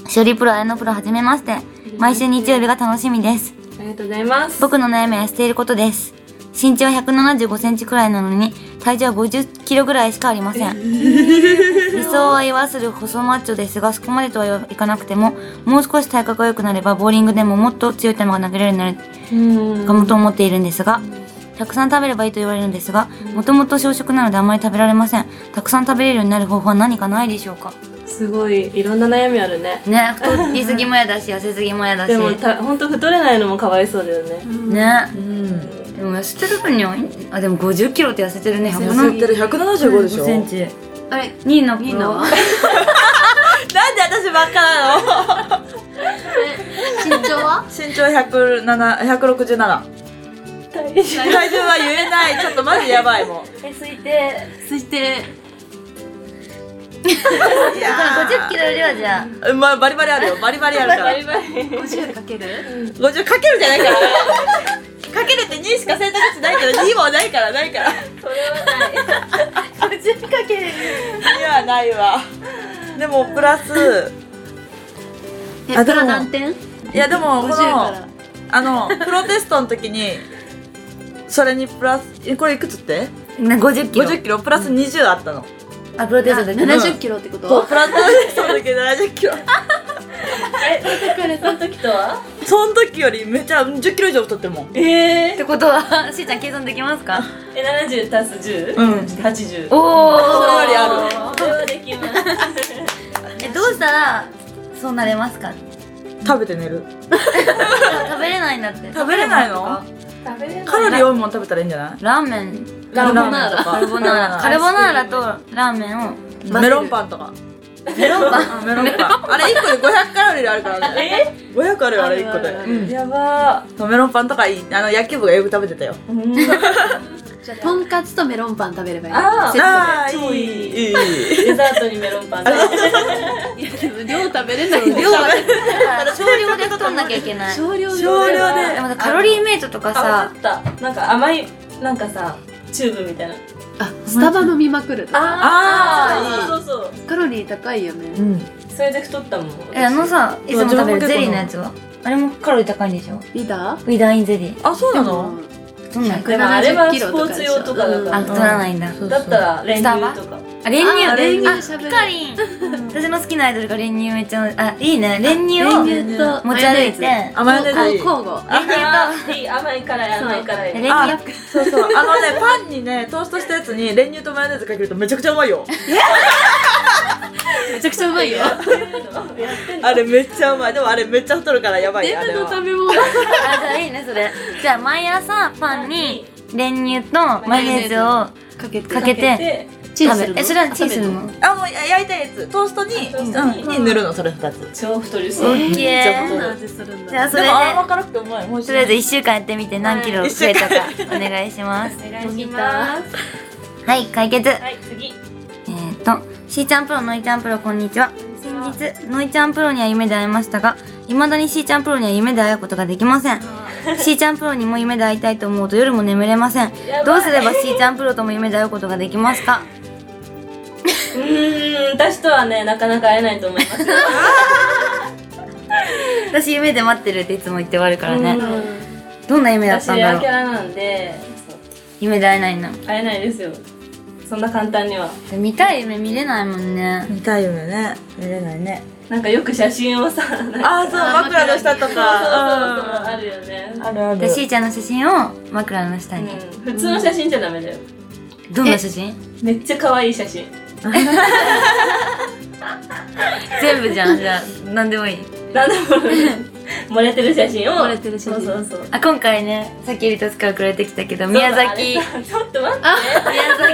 Speaker 1: しおりプロ、あやのプロ、はじめまして。毎週日曜日が楽しみです。
Speaker 2: ありがとうございます。
Speaker 1: 僕の悩みはしていることです。身長175センチくらいなのに、体重は50キロぐらいしかありませ
Speaker 2: <laughs>
Speaker 1: ん。理想は言わする細マッチョですが、そこまでとはいかなくても、もう少し体格が良くなれば、ボーリングでももっと強い球が投げられるようになる
Speaker 3: うん
Speaker 1: かもと思っているんですが、たくさん食べればいいと言われるんですが、もともと小食なのであまり食べられません。たくさん食べれるようになる方法は何かないでしょうか
Speaker 2: すごいいろんな悩みあるね
Speaker 1: ね、太りすぎもやだし、痩せすぎもやだし。
Speaker 2: でもた本当太れないのもかわいそうだよね、
Speaker 1: ね。
Speaker 4: うん
Speaker 1: でも痩せてる分にはいいんあ、でも50キロって痩せてるね。
Speaker 4: 痩せてる175でしょ
Speaker 1: センチ。
Speaker 3: あれ
Speaker 1: 2位の子
Speaker 3: いいの
Speaker 4: なんで私ばっかなの
Speaker 3: 身長は
Speaker 4: <laughs> 身長107 167体重は言えないちょっとマジやばいもん
Speaker 2: え推定
Speaker 3: そして
Speaker 4: い
Speaker 1: だから50キロよりはじゃあ、
Speaker 4: ロまあバリバリあるよバリバリあるから
Speaker 2: バリバリ
Speaker 3: 50かける
Speaker 4: 50かけるじゃないからかけるって2しか選択肢ないから2もないからないから
Speaker 2: それはない50かける
Speaker 4: 2はないわでもプラス
Speaker 3: え
Speaker 4: あ
Speaker 3: プ
Speaker 4: でも
Speaker 3: ラ何点
Speaker 4: いやでもこ
Speaker 3: 50から
Speaker 4: のあのプロテストの時にそれにプラスえこれいくつって
Speaker 1: ね50キロ。
Speaker 4: 50キロプラス20あったの、
Speaker 1: あ、プロテストでね。
Speaker 3: 七十キロってこ
Speaker 4: そう
Speaker 3: と
Speaker 4: プラスプロテストの時70キロ
Speaker 2: えその時とは
Speaker 4: その時よりめちゃ10キロ以上太ってるもん
Speaker 2: <laughs> え
Speaker 1: っ
Speaker 2: ー、
Speaker 1: てことは、 <laughs> しーちゃん計算できますか
Speaker 2: え70足す10、
Speaker 4: うん
Speaker 2: 80
Speaker 1: お
Speaker 4: それよりある
Speaker 2: それはできます
Speaker 1: え、どうしたら、そうなれますか
Speaker 4: 食べて寝る
Speaker 1: 食べれないんだって。
Speaker 4: 食べれないの
Speaker 2: 食べれない
Speaker 4: カロリー多いもん食べたらいいんじゃない
Speaker 1: ラーメン、
Speaker 3: カルボナーラ
Speaker 1: カルボナーラ。カルボナーラとラーメンを、
Speaker 4: ラメロンパンとか
Speaker 1: メロンパン。
Speaker 4: メロンパ <laughs> ンあれ1個で500カロリーあるから <laughs> ね
Speaker 2: え
Speaker 4: 500あるよあれ1個でうん
Speaker 2: やば
Speaker 4: そうメロンパンとかいいあの野球部がよく食べてたよ
Speaker 2: ー、うん、
Speaker 3: じゃあとんかつとメロンパン食べればいい
Speaker 2: あー
Speaker 3: セッ
Speaker 4: あー
Speaker 2: 超いい
Speaker 4: いいいい
Speaker 2: デザートにメロンパン
Speaker 3: トでいやでも量食べれない量
Speaker 1: 量は、だから少量で太んなきゃいけない。
Speaker 3: 少量で
Speaker 4: 少量
Speaker 1: で
Speaker 4: で
Speaker 1: もカロリーメイトとか
Speaker 2: あ
Speaker 1: さ、
Speaker 2: 分かったなんか甘いなんかさチューブみたいな
Speaker 3: あスタバ飲みまくるとか
Speaker 4: あー
Speaker 2: そうそうそう
Speaker 3: カロリー高いよ
Speaker 4: う
Speaker 3: ね
Speaker 4: ん
Speaker 2: それで太ったもん私
Speaker 1: え、あのさ、いつも食べる
Speaker 4: 自分も結構
Speaker 1: ゼリーのやつは。あれもカロリー高いんでしょ
Speaker 3: リーダー
Speaker 1: ウィダーインゼリー。
Speaker 4: あそう
Speaker 3: で
Speaker 4: なの
Speaker 3: も
Speaker 1: 太んない
Speaker 2: でもあれは
Speaker 3: 170キロ
Speaker 2: スポーツ用とかだ
Speaker 3: と
Speaker 2: か、
Speaker 3: から
Speaker 1: あ、太らないんだ。
Speaker 4: そう
Speaker 2: だったら練乳とか
Speaker 1: あ、練乳
Speaker 3: あ練乳
Speaker 1: あ
Speaker 3: しゃぶ
Speaker 1: ピ
Speaker 3: る
Speaker 1: カリン私の好きなアイドルが練乳めっちゃ、あ、いいね。練乳を
Speaker 3: 練乳と
Speaker 1: 持ち歩いて、
Speaker 3: マヨネー
Speaker 1: 練
Speaker 4: あマヨネーズい
Speaker 3: ズ
Speaker 4: い
Speaker 3: 交互
Speaker 2: あーいい甘い辛い甘い辛い
Speaker 1: 乳
Speaker 4: あ
Speaker 1: よく、
Speaker 4: そうそうあのねパンにねトーストしたやつに練乳とマヨネーズかけるとめちゃくちゃうまいよ
Speaker 3: めちゃくちゃうまいよ
Speaker 4: あれめっちゃうまいでもあれめっちゃ太るからやばいあれは
Speaker 3: べ物
Speaker 1: あ、じゃあいいね、それ。じゃあ毎朝パンに練乳とマヨネーズを
Speaker 3: かけて
Speaker 1: かけて
Speaker 2: で
Speaker 3: チンす
Speaker 1: 食
Speaker 3: る
Speaker 1: べる。
Speaker 3: の
Speaker 1: え、それはチンするの
Speaker 4: あもうや焼いたやつトーストに
Speaker 2: トーストに
Speaker 4: うんに塗るのそれ2つ
Speaker 2: 超太りそう
Speaker 1: オッケ
Speaker 4: じゃあ
Speaker 3: どん
Speaker 1: ー。
Speaker 3: な味するん
Speaker 1: じゃ
Speaker 3: だ
Speaker 1: あそれ
Speaker 4: で
Speaker 1: で
Speaker 4: も、あんま辛くてうまい美味しい
Speaker 1: とりあえず1週間やってみて何キロ増えたかお願いします。
Speaker 2: お願いします
Speaker 1: はい、解決。
Speaker 2: はい次
Speaker 1: えー、と、しーちゃんプロ、のいちゃんプロ、こんにちは。先日、のいちゃんプロには夢で会いましたが、未だにしーちゃんプロには夢で会うことができません。しーちゃんプロにも夢で会いたいと思うと夜も眠れません。どうすればしーちゃんプロとも夢で会うことができますか
Speaker 2: うーん私とはねなかなか会えないと思います
Speaker 1: 私夢で待ってるっていつも言って終わるから
Speaker 2: う
Speaker 1: ね。
Speaker 2: ん
Speaker 1: どんな夢だっ
Speaker 2: 私
Speaker 1: たん
Speaker 2: レ
Speaker 1: だ
Speaker 2: アキャ
Speaker 1: ろ
Speaker 2: ラ
Speaker 1: う。
Speaker 2: なんでそう
Speaker 1: 夢で会えないな。
Speaker 2: 会えないですよそんな簡単には
Speaker 1: 見たい夢見れないもんね。
Speaker 4: 見たいよね見れないね
Speaker 2: なんかよく写真をさなんか
Speaker 4: あーそう枕の下と
Speaker 2: そうそうそう
Speaker 4: か
Speaker 2: あるよね
Speaker 4: うんあるあ
Speaker 1: で、しーちゃんの写真を枕の下に。
Speaker 2: うん普通の写真じゃダメだよ
Speaker 1: どんな写真
Speaker 2: めっちゃ可愛い写真
Speaker 1: 全部じゃん。じゃあ、なんでもいい。
Speaker 2: なんだろうね漏れてる写真を
Speaker 3: 漏れてる写真
Speaker 2: そうそうそう
Speaker 1: あ、今回ね、さっきエリトスから送られてきたけど、宮崎。
Speaker 2: そうだあれちょっと待って
Speaker 1: 宮崎オ
Speaker 3: あ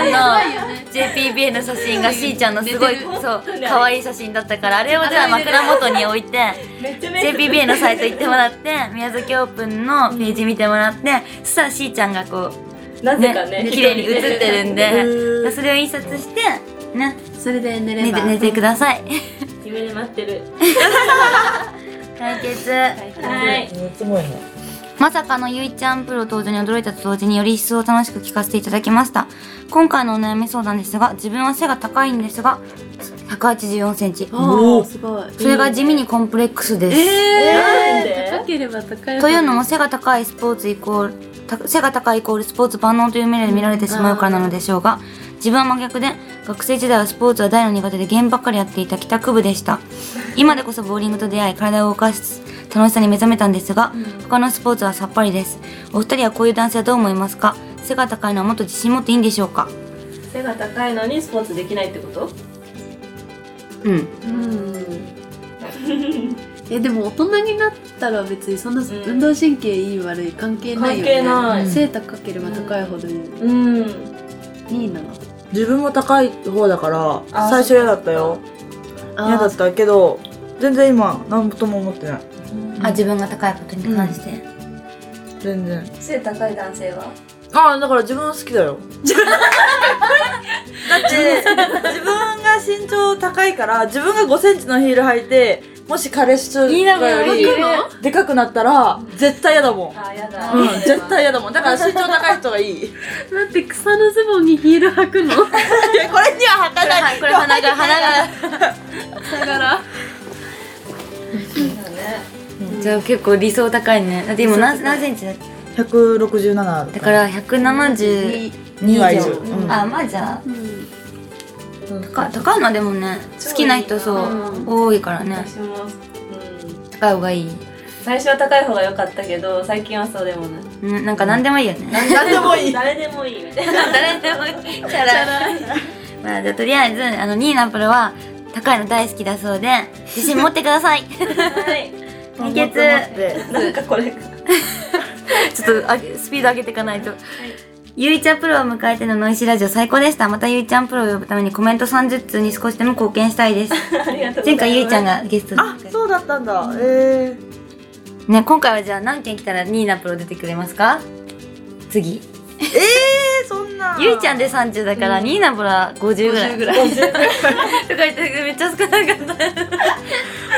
Speaker 1: ー
Speaker 3: れやばいよね
Speaker 1: プンの JPBA の写真がしーちゃんのすごい
Speaker 3: 寝て
Speaker 1: そ
Speaker 3: る
Speaker 1: う可愛い写真だったからあれをじゃあ枕元に置いて
Speaker 2: めっちゃ目
Speaker 1: JPBA のサイト行ってもらって宮崎オープンのページ見てもらってそしたらしーちゃんがこ
Speaker 2: <laughs> な
Speaker 1: う
Speaker 2: ぜ
Speaker 1: ね
Speaker 2: かね
Speaker 1: 綺麗に写ってるんで
Speaker 4: うん
Speaker 1: それを印刷してね
Speaker 3: それで寝れ
Speaker 1: 寝
Speaker 3: ば
Speaker 1: て寝てください <laughs>
Speaker 2: 夢で待ってる
Speaker 1: 解決
Speaker 2: はい
Speaker 4: すごいね
Speaker 1: まさかのゆいちゃんプロ登場に驚いたと同時により一層楽しく聞かせていただきました。今回のお悩み相談ですが、自分は背が高いんですが、184センチ。
Speaker 3: おおすごい
Speaker 1: それが地味にコンプレックスです。
Speaker 3: え
Speaker 2: なん
Speaker 3: ー
Speaker 2: で
Speaker 3: 高ければ高い
Speaker 1: <laughs>
Speaker 3: ほど
Speaker 1: というのも背が高いスポーツイコールた背が高いイコールスポーツ万能という目で見られてしまうからなのでしょうが自分は真逆で学生時代はスポーツは大の苦手でゲームばっかりやっていた帰宅部でした今でこそボーリングと出会い体を動かす楽しさに目覚めたんですが、他のスポーツはさっぱりですお二人はこういう男性はどう思いますか背が高いのはもっと自信持っていいんでしょうか
Speaker 2: 背が高いのにスポーツできないってこと
Speaker 1: うん
Speaker 3: えでも大人になったら別にそんな運動神経いい悪い関係ないよね
Speaker 2: 関係ない
Speaker 3: 背高ければ高いほどいい、
Speaker 2: うん
Speaker 3: いいな
Speaker 4: 自分も高い方だから
Speaker 2: あー
Speaker 4: 最初嫌だったよ
Speaker 3: あ
Speaker 4: 嫌だったけど全然今何とも思ってない
Speaker 1: あ自分が高いことに関して、
Speaker 4: 全然
Speaker 2: 背高い男性は
Speaker 4: ああだから自分は好きだよ <laughs> だって自分が身長高いから自分が5センチのヒール履いてもし彼氏とかよりでかくなったら絶対嫌だもん
Speaker 2: あやだ
Speaker 4: うん、 <laughs> 絶対嫌だもん。だから身長高い人がいい。い
Speaker 3: 待って草のズボンにヒール履くの
Speaker 4: や、これには履かない。
Speaker 1: これ鼻が鼻が
Speaker 3: だから
Speaker 1: <laughs> じゃあ結構理想高いねだって今何何センチだ
Speaker 4: 167ある
Speaker 1: だから172以
Speaker 4: 二は以上
Speaker 1: 上、
Speaker 4: うん
Speaker 1: あまあじゃあ
Speaker 4: うん
Speaker 1: 高高いのはでもね好きな人そう多いからね
Speaker 2: 私も、うん、
Speaker 1: 高い方がいい、
Speaker 2: 最初は高い方が良かったけど最近はそうでもない
Speaker 1: うん、なんか何でもいいよ <laughs> ね
Speaker 4: 何でもいい。
Speaker 2: 誰でもいいみたい
Speaker 1: <laughs>
Speaker 2: な
Speaker 1: 誰でもいいチャラいまあじゃあとりあえずあのニーナプロは高いの大好きだそうで自信持ってくだ <laughs> さい
Speaker 2: はい
Speaker 1: 対決
Speaker 2: なんかこれが
Speaker 1: ちょっとあスピード上げていかないと、ゆいちゃんプロを迎えてのノイシーラジオ最高でしたまたゆいちゃんプロを呼ぶためにコメント30通に少しでも貢献したい <laughs> です
Speaker 2: ありがとうございます
Speaker 1: 前回ゆいちゃんがゲストで
Speaker 4: あ、そうだったんだ。えー。
Speaker 1: ね今回はじゃあ何件来たらニーナプロ出てくれますか次
Speaker 4: えー、そんな。
Speaker 1: ゆいちゃんで30だから、ニーナプロは50ぐらい <laughs> とか言ってめっちゃ少なかった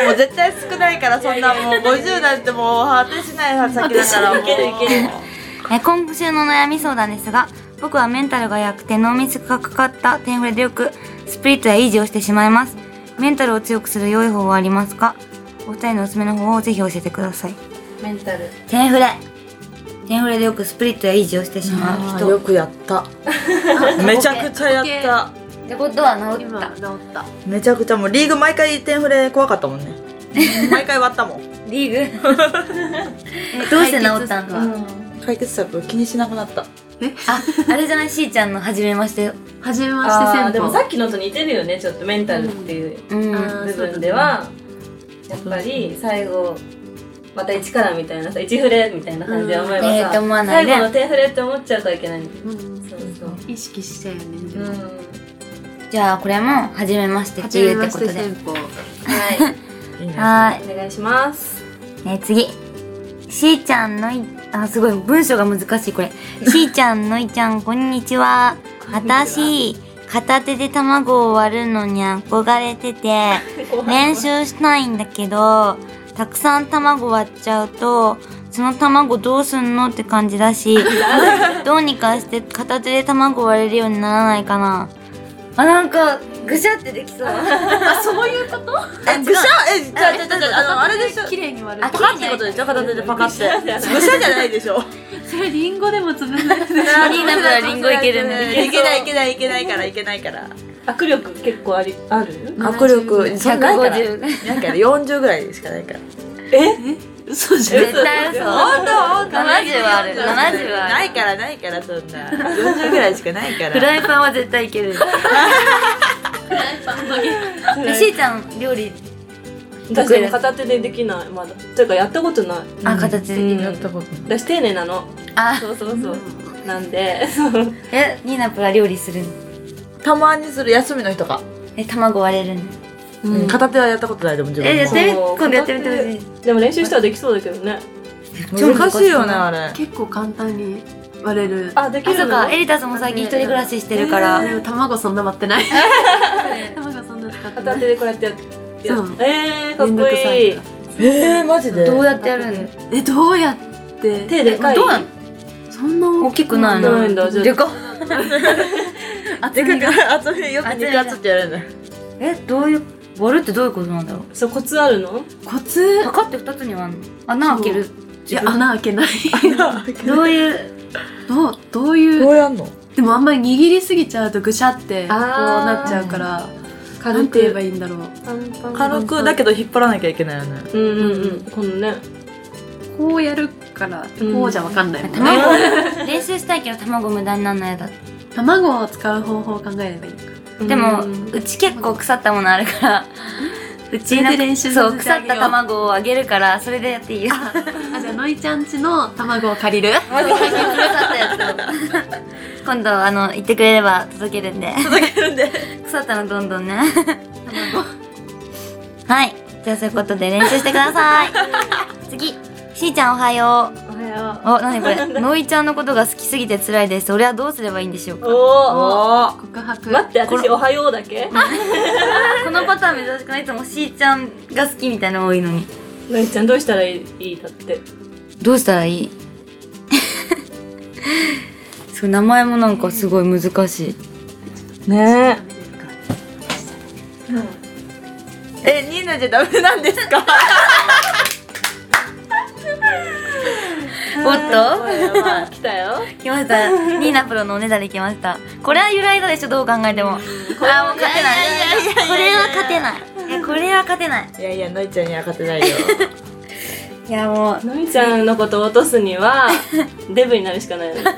Speaker 4: もう絶対少ないから、そんなもう50なんてもう果てしない先だからもう。
Speaker 2: いけるいける
Speaker 1: え今週の悩み相談ですが僕はメンタルが弱くて脳みそがかかった点触れでよくスプリットやイージーをしてしまいますメンタルを強くする良い方法はありますかお二人のおすすめの方法をぜひ教えてください
Speaker 2: メンタル
Speaker 1: 点触れ点触れでよくスプリットやイージーをしてしまう
Speaker 4: あー
Speaker 1: 人
Speaker 4: よ
Speaker 1: っ
Speaker 4: くやった。めちゃくちゃやった。
Speaker 1: てことは治っ
Speaker 3: 今
Speaker 1: た
Speaker 3: 治った
Speaker 4: めちゃくちゃもうリーグ毎回点触れ怖かったもんね。毎回割ったもん。
Speaker 1: リーグ <laughs> どうして治ったん
Speaker 3: う
Speaker 1: か
Speaker 4: 解決策気にしなくなった。
Speaker 1: ああれじゃないしーちゃんの初めまして
Speaker 3: 初めまして
Speaker 2: あー
Speaker 3: 先
Speaker 2: でも
Speaker 3: 方
Speaker 2: さっきのと似てるよねちょっとメンタルっていう
Speaker 1: うん
Speaker 3: あー
Speaker 2: 部分では、やっぱり最後また一からみたいなさ一フレみたいな感じで思えば
Speaker 1: うんえ
Speaker 2: さ
Speaker 1: ー、と思わないね
Speaker 2: 最後の点フレって思っちゃうからいけないんだよ
Speaker 3: うん
Speaker 2: そうそう
Speaker 3: 意識したよねで
Speaker 2: うん
Speaker 3: も
Speaker 1: じゃあこれも初めましてって
Speaker 3: 初め
Speaker 1: いうっ
Speaker 3: ま
Speaker 1: てこ
Speaker 3: し
Speaker 1: と
Speaker 3: て
Speaker 1: で
Speaker 3: 先方
Speaker 2: はい
Speaker 4: いいね。
Speaker 1: はー
Speaker 2: <laughs>
Speaker 1: い
Speaker 2: お願いします
Speaker 1: えー次しーちゃんのいあすごい文章が難しいこ <laughs> れしーちゃんのいちゃんこんにちは私片手で卵を割るのに憧れてて <laughs> 練習したいんだけどたくさん卵割っちゃうとその卵どうすんのって感じだ <laughs> しどうにかして片手で卵割れるようにならないかなあなんかぐしゃってできそう
Speaker 3: あそういうこと
Speaker 4: え、ぐしゃえ、じゃあじゃあじゃあじゃああのあれでしょ
Speaker 3: 綺麗に割
Speaker 1: あ
Speaker 3: る
Speaker 1: 綺
Speaker 4: パ
Speaker 1: 麗
Speaker 4: カってことでしょ片手でパカって。ぐしゃじゃないでしょ。
Speaker 3: それリンゴでもつぶれる
Speaker 1: リーナプラリンゴいけるね
Speaker 4: いけないいけないいけないからいけないから
Speaker 2: 握力結構ありある
Speaker 4: 握力そんなないから
Speaker 1: 150
Speaker 4: なんか40ぐらいしかないから
Speaker 3: 嘘じゃん
Speaker 1: 絶対嘘
Speaker 4: 本当本当
Speaker 1: 70はある70はある
Speaker 4: ないからないからそんな40ぐらいしかないから
Speaker 1: フライパンは絶対いける。えしーちゃん料理
Speaker 2: 私でも片手でできないまだというかやったことない
Speaker 1: あ形的に、
Speaker 4: やったことない
Speaker 2: 私丁寧なの
Speaker 1: あ
Speaker 2: そうそうそう、なんでそう
Speaker 1: えニーナプラ料理するの
Speaker 4: たまにする休みの日とか
Speaker 1: え卵割れるの
Speaker 4: うん片手はやったことないでも自
Speaker 1: えや
Speaker 4: 分
Speaker 1: っ
Speaker 4: も
Speaker 1: てみ
Speaker 2: そう
Speaker 1: 今度やってみてほしい
Speaker 2: でも練習したらできそうだけどね
Speaker 4: 難しいよねあれ
Speaker 3: 結構簡単に割れる
Speaker 2: あでき
Speaker 1: あそ
Speaker 2: る
Speaker 1: う
Speaker 2: の
Speaker 1: かエリタさんも最近一人暮らししてるか
Speaker 3: えーで
Speaker 1: ら
Speaker 3: も卵そんな割ってない卵そんな使ってな
Speaker 2: 片
Speaker 3: い
Speaker 2: 手でこうやってやって
Speaker 3: そう
Speaker 2: えー、かっ
Speaker 3: めんど
Speaker 2: こ
Speaker 3: くさい
Speaker 2: いい
Speaker 3: から
Speaker 4: えーマジで
Speaker 1: どうやってやるの
Speaker 3: えどうやって
Speaker 2: 手でかい
Speaker 1: どうなの
Speaker 3: そんな
Speaker 1: 大きくない
Speaker 2: どう
Speaker 1: の
Speaker 2: なんだじゃあ
Speaker 1: でかっ
Speaker 4: でかく厚みよく肉厚ってやるね
Speaker 1: えどういう割るってどういうことなんだろう
Speaker 2: そうコツあるの
Speaker 3: コツ
Speaker 1: パカって二つに割るの穴開ける
Speaker 3: いや穴開けない
Speaker 1: どういう
Speaker 3: どうどういう
Speaker 4: どうやんの
Speaker 3: でもあんまり握りすぎちゃうとぐしゃってこう
Speaker 2: あー
Speaker 3: なっちゃうからな
Speaker 2: 軽
Speaker 3: んて言えば
Speaker 2: く
Speaker 3: いいんだろう
Speaker 2: パンパン
Speaker 4: 軽くだけど引っ張らなきゃいけないよね
Speaker 2: うんうんうんこのね
Speaker 3: こうやるから
Speaker 2: うん
Speaker 3: こうじゃわかんないもんね、
Speaker 1: 卵練習したいけど卵無駄になんないだって
Speaker 3: 卵を使う方法を考えればいいのか
Speaker 1: でも
Speaker 2: うん
Speaker 1: うち結構腐ったものあるからう
Speaker 3: そ
Speaker 1: ち
Speaker 3: れ
Speaker 1: な
Speaker 3: で
Speaker 1: んか
Speaker 3: 練習
Speaker 1: そ
Speaker 3: さ
Speaker 1: う
Speaker 3: せてあ
Speaker 1: 腐
Speaker 3: げよう
Speaker 1: った卵をあげるからそれでやっていいよ
Speaker 3: あじゃあのいちゃんちの卵を借りる
Speaker 1: 最近腐ったやつを <laughs> 今度あの言ってくれれば届けるんで届けるんで <laughs> 腐ったのどんどんねはいじゃあそういうことで練習してください次しーちゃんおはよう
Speaker 2: おはよ
Speaker 1: あ、なにこれのいちゃんのことが好きすぎて辛いです俺はどうすればいいんでしょう
Speaker 2: う
Speaker 1: か
Speaker 2: おお
Speaker 4: おー
Speaker 3: 告白
Speaker 2: 待って私おはようだけ
Speaker 1: このパターン珍しくないいつもしーちゃんが好きみたいなの多いのに
Speaker 2: のいちゃんどうしたらいいだって
Speaker 1: どうしたら <laughs> いいすごい名前もなんかすごい難しい
Speaker 4: ねええニーナじゃダメなんですか
Speaker 1: おっと
Speaker 2: 来たよ
Speaker 1: 来ました。ニーナプロのおねだり来ました。これは揺らいだでしょ、どう考えても。あー、もう勝てない。これは勝てない。いや、これは勝てない。
Speaker 4: いやいやのいちゃんには勝てないよ
Speaker 1: いや、もう。
Speaker 2: のいちゃんのことを落とすに <laughs> はデブになるしかないよね
Speaker 4: えー、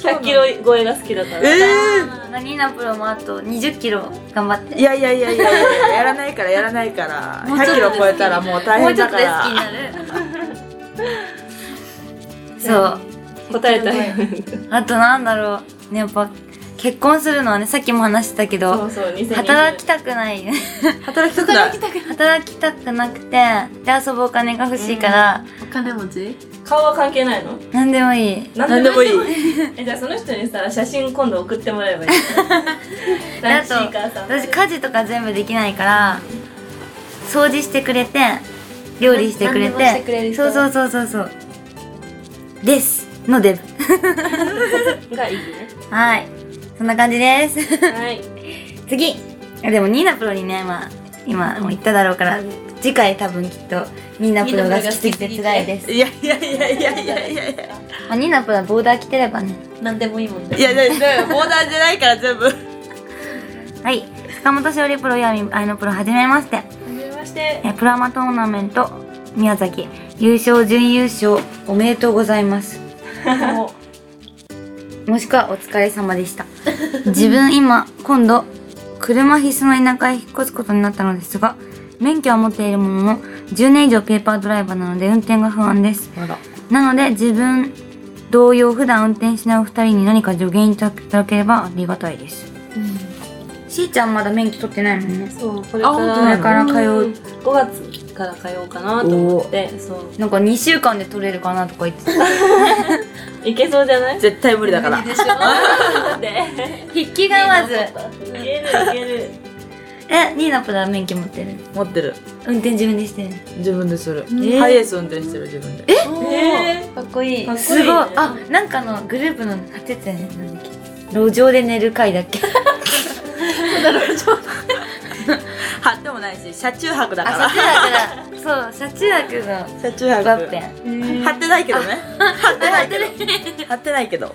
Speaker 4: そうな
Speaker 2: 100
Speaker 4: の
Speaker 2: キロ超えが好きだから
Speaker 4: え
Speaker 1: ニーナプロもあと20キロ頑張っ
Speaker 4: ー、い
Speaker 1: て。
Speaker 4: やいやいやいやいややらないからやらないから
Speaker 1: もうちょっ
Speaker 4: 100キ
Speaker 1: と
Speaker 4: ロ超えたらもう大
Speaker 1: もう
Speaker 4: 変
Speaker 1: ちょっ
Speaker 4: だ
Speaker 1: とで
Speaker 4: か
Speaker 1: 好きに
Speaker 4: ら
Speaker 1: なる。 <laughs> そう。
Speaker 2: 答えたい
Speaker 1: あとなんだろう。ね、やっぱ、結婚するのはね、さっきも話してた
Speaker 2: <laughs>
Speaker 1: け
Speaker 2: そう
Speaker 1: ど、
Speaker 2: そう2020
Speaker 1: 働きたくない。 <laughs>
Speaker 4: 働きたくない
Speaker 1: 働きたくなくて、で、遊ぶお金が欲しいから、
Speaker 3: お金持ち
Speaker 2: 顔は関係ないの
Speaker 1: なんでもいい。
Speaker 4: 何でもいい
Speaker 2: えじゃあその人にさ写真今度送ってもらえばいい <laughs>
Speaker 1: で
Speaker 2: ナ
Speaker 1: あ
Speaker 2: ンシ
Speaker 1: と
Speaker 2: ー母さん
Speaker 1: 私家事とか全部できないから掃除してくれて料理してくれ
Speaker 3: 何でもしてくれ
Speaker 1: て
Speaker 3: る人
Speaker 1: そうそうそうそうそうですの
Speaker 2: が
Speaker 1: で
Speaker 2: いいね
Speaker 1: はいそんな感じです
Speaker 2: はい
Speaker 1: 次あでもニーナプロにねまあ今もう言っただろうから次回多分きっとニーナプロが好きすぎて辛いです
Speaker 4: いやいやいやいやいやいやいや
Speaker 1: まあ、ニーナプロはボーダー着てればね
Speaker 3: 何でもいいもんね
Speaker 4: いやだだボーダーじゃないから全部
Speaker 1: はい坂本勝利プロやみあいのプロはじめまして
Speaker 2: はじめまして
Speaker 1: えープラマトーナメント宮崎優勝準優勝おめでとうございますもしくはお疲れ様でした自分今今度車必須の田舎へ引っ越すことになったのですが免許は持っているものの10年以上ペーパードライバーなので運転が不安ですなので自分同様普段運転しないお二人に何か助言いただければありがたいです、しーちゃんまだ免許取ってないもんね
Speaker 2: そうこれ
Speaker 4: あ
Speaker 2: か
Speaker 4: 本当
Speaker 2: ら
Speaker 4: だこれ
Speaker 1: から通う
Speaker 2: 5月から通おうかなと思ってそう
Speaker 1: なんか2週間で取れるかなとか言ってた
Speaker 2: いけそうじゃ <laughs> ない
Speaker 4: 絶対無理だから
Speaker 2: で
Speaker 1: 筆記がまず
Speaker 2: <laughs> いけるいける
Speaker 1: えニーナプロは免許持ってる
Speaker 4: 持ってる
Speaker 1: 運転自分でしてる
Speaker 4: 自分でする、
Speaker 1: ー
Speaker 4: ハイエース運転してる自分で
Speaker 2: <laughs> え
Speaker 1: かっこいい
Speaker 2: かっこいいね
Speaker 1: すごいあなんかのグループのやってたよねなんだっけ路上で寝る会だっけ
Speaker 4: はでもないし車中泊だ
Speaker 1: あ車中泊だそう車中泊の
Speaker 4: 車中泊
Speaker 1: ワッペン
Speaker 4: 貼ってないけどね貼ってないけど貼ってないけど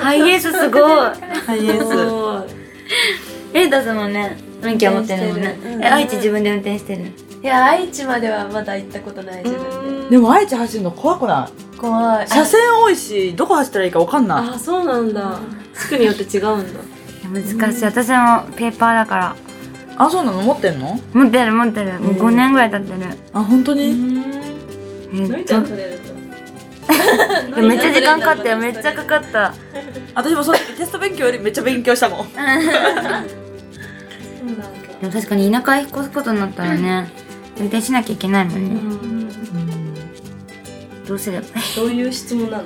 Speaker 1: ハイエースすごい
Speaker 4: ハイエー
Speaker 2: ー
Speaker 1: エリタスもね免許は持ってるもんね
Speaker 3: 運転してるうん
Speaker 1: え愛知自分で運転してる
Speaker 3: いや愛知まではまだ行ったことない自分
Speaker 4: スでも愛知走るの怖くな
Speaker 3: で怖い
Speaker 4: い車線多いしどこ走ったらいいか分かんない
Speaker 2: あそうなんだ地区によって違うんだ
Speaker 1: いや難しい私もペーパーだから
Speaker 4: あそうなの持ってんの
Speaker 1: 持ってる持ってるもう5年ぐらい経ってる
Speaker 4: あ本当に
Speaker 1: めっちゃ
Speaker 2: 取れると
Speaker 1: <laughs> めっちゃ時間かかったよめっちゃかかった
Speaker 4: 私もその時テスト勉強よりめっちゃ勉強したもん
Speaker 2: そうなんだ
Speaker 1: でも確かに田舎へ引っ越すことになったらね運転しなきゃいけないもんねどうすればいい <laughs>
Speaker 2: どういう質問なの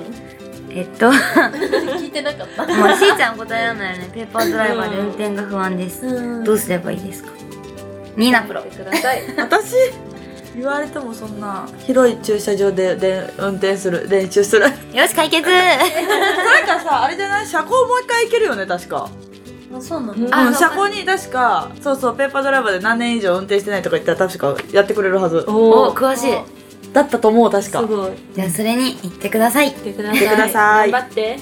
Speaker 1: えっと <laughs>
Speaker 3: 聞いてなかった
Speaker 1: まあ、しーちゃん答えられないよね。ペーパードライバーで運転が不安です。どうすればいいですかニーナプロ。
Speaker 2: ください
Speaker 4: 私言われてもそんな広い駐車場でで運転する練習す <laughs> る
Speaker 1: よし、解決
Speaker 4: なんかさあれじゃない車高もう一回行けるよね確か
Speaker 3: あそうなの
Speaker 2: うん
Speaker 4: あ
Speaker 1: そう
Speaker 4: の
Speaker 1: か
Speaker 4: 車高に確かそうそうペーパードライバーで何年以上運転してないとか言ったら確かやってくれるはず
Speaker 1: お、
Speaker 2: <laughs> お
Speaker 1: 詳しい。
Speaker 4: だったと思う確か
Speaker 2: すごい。
Speaker 1: じゃあそれに行ってください
Speaker 2: 行ってくだ
Speaker 4: 行ってください
Speaker 2: 頑張って。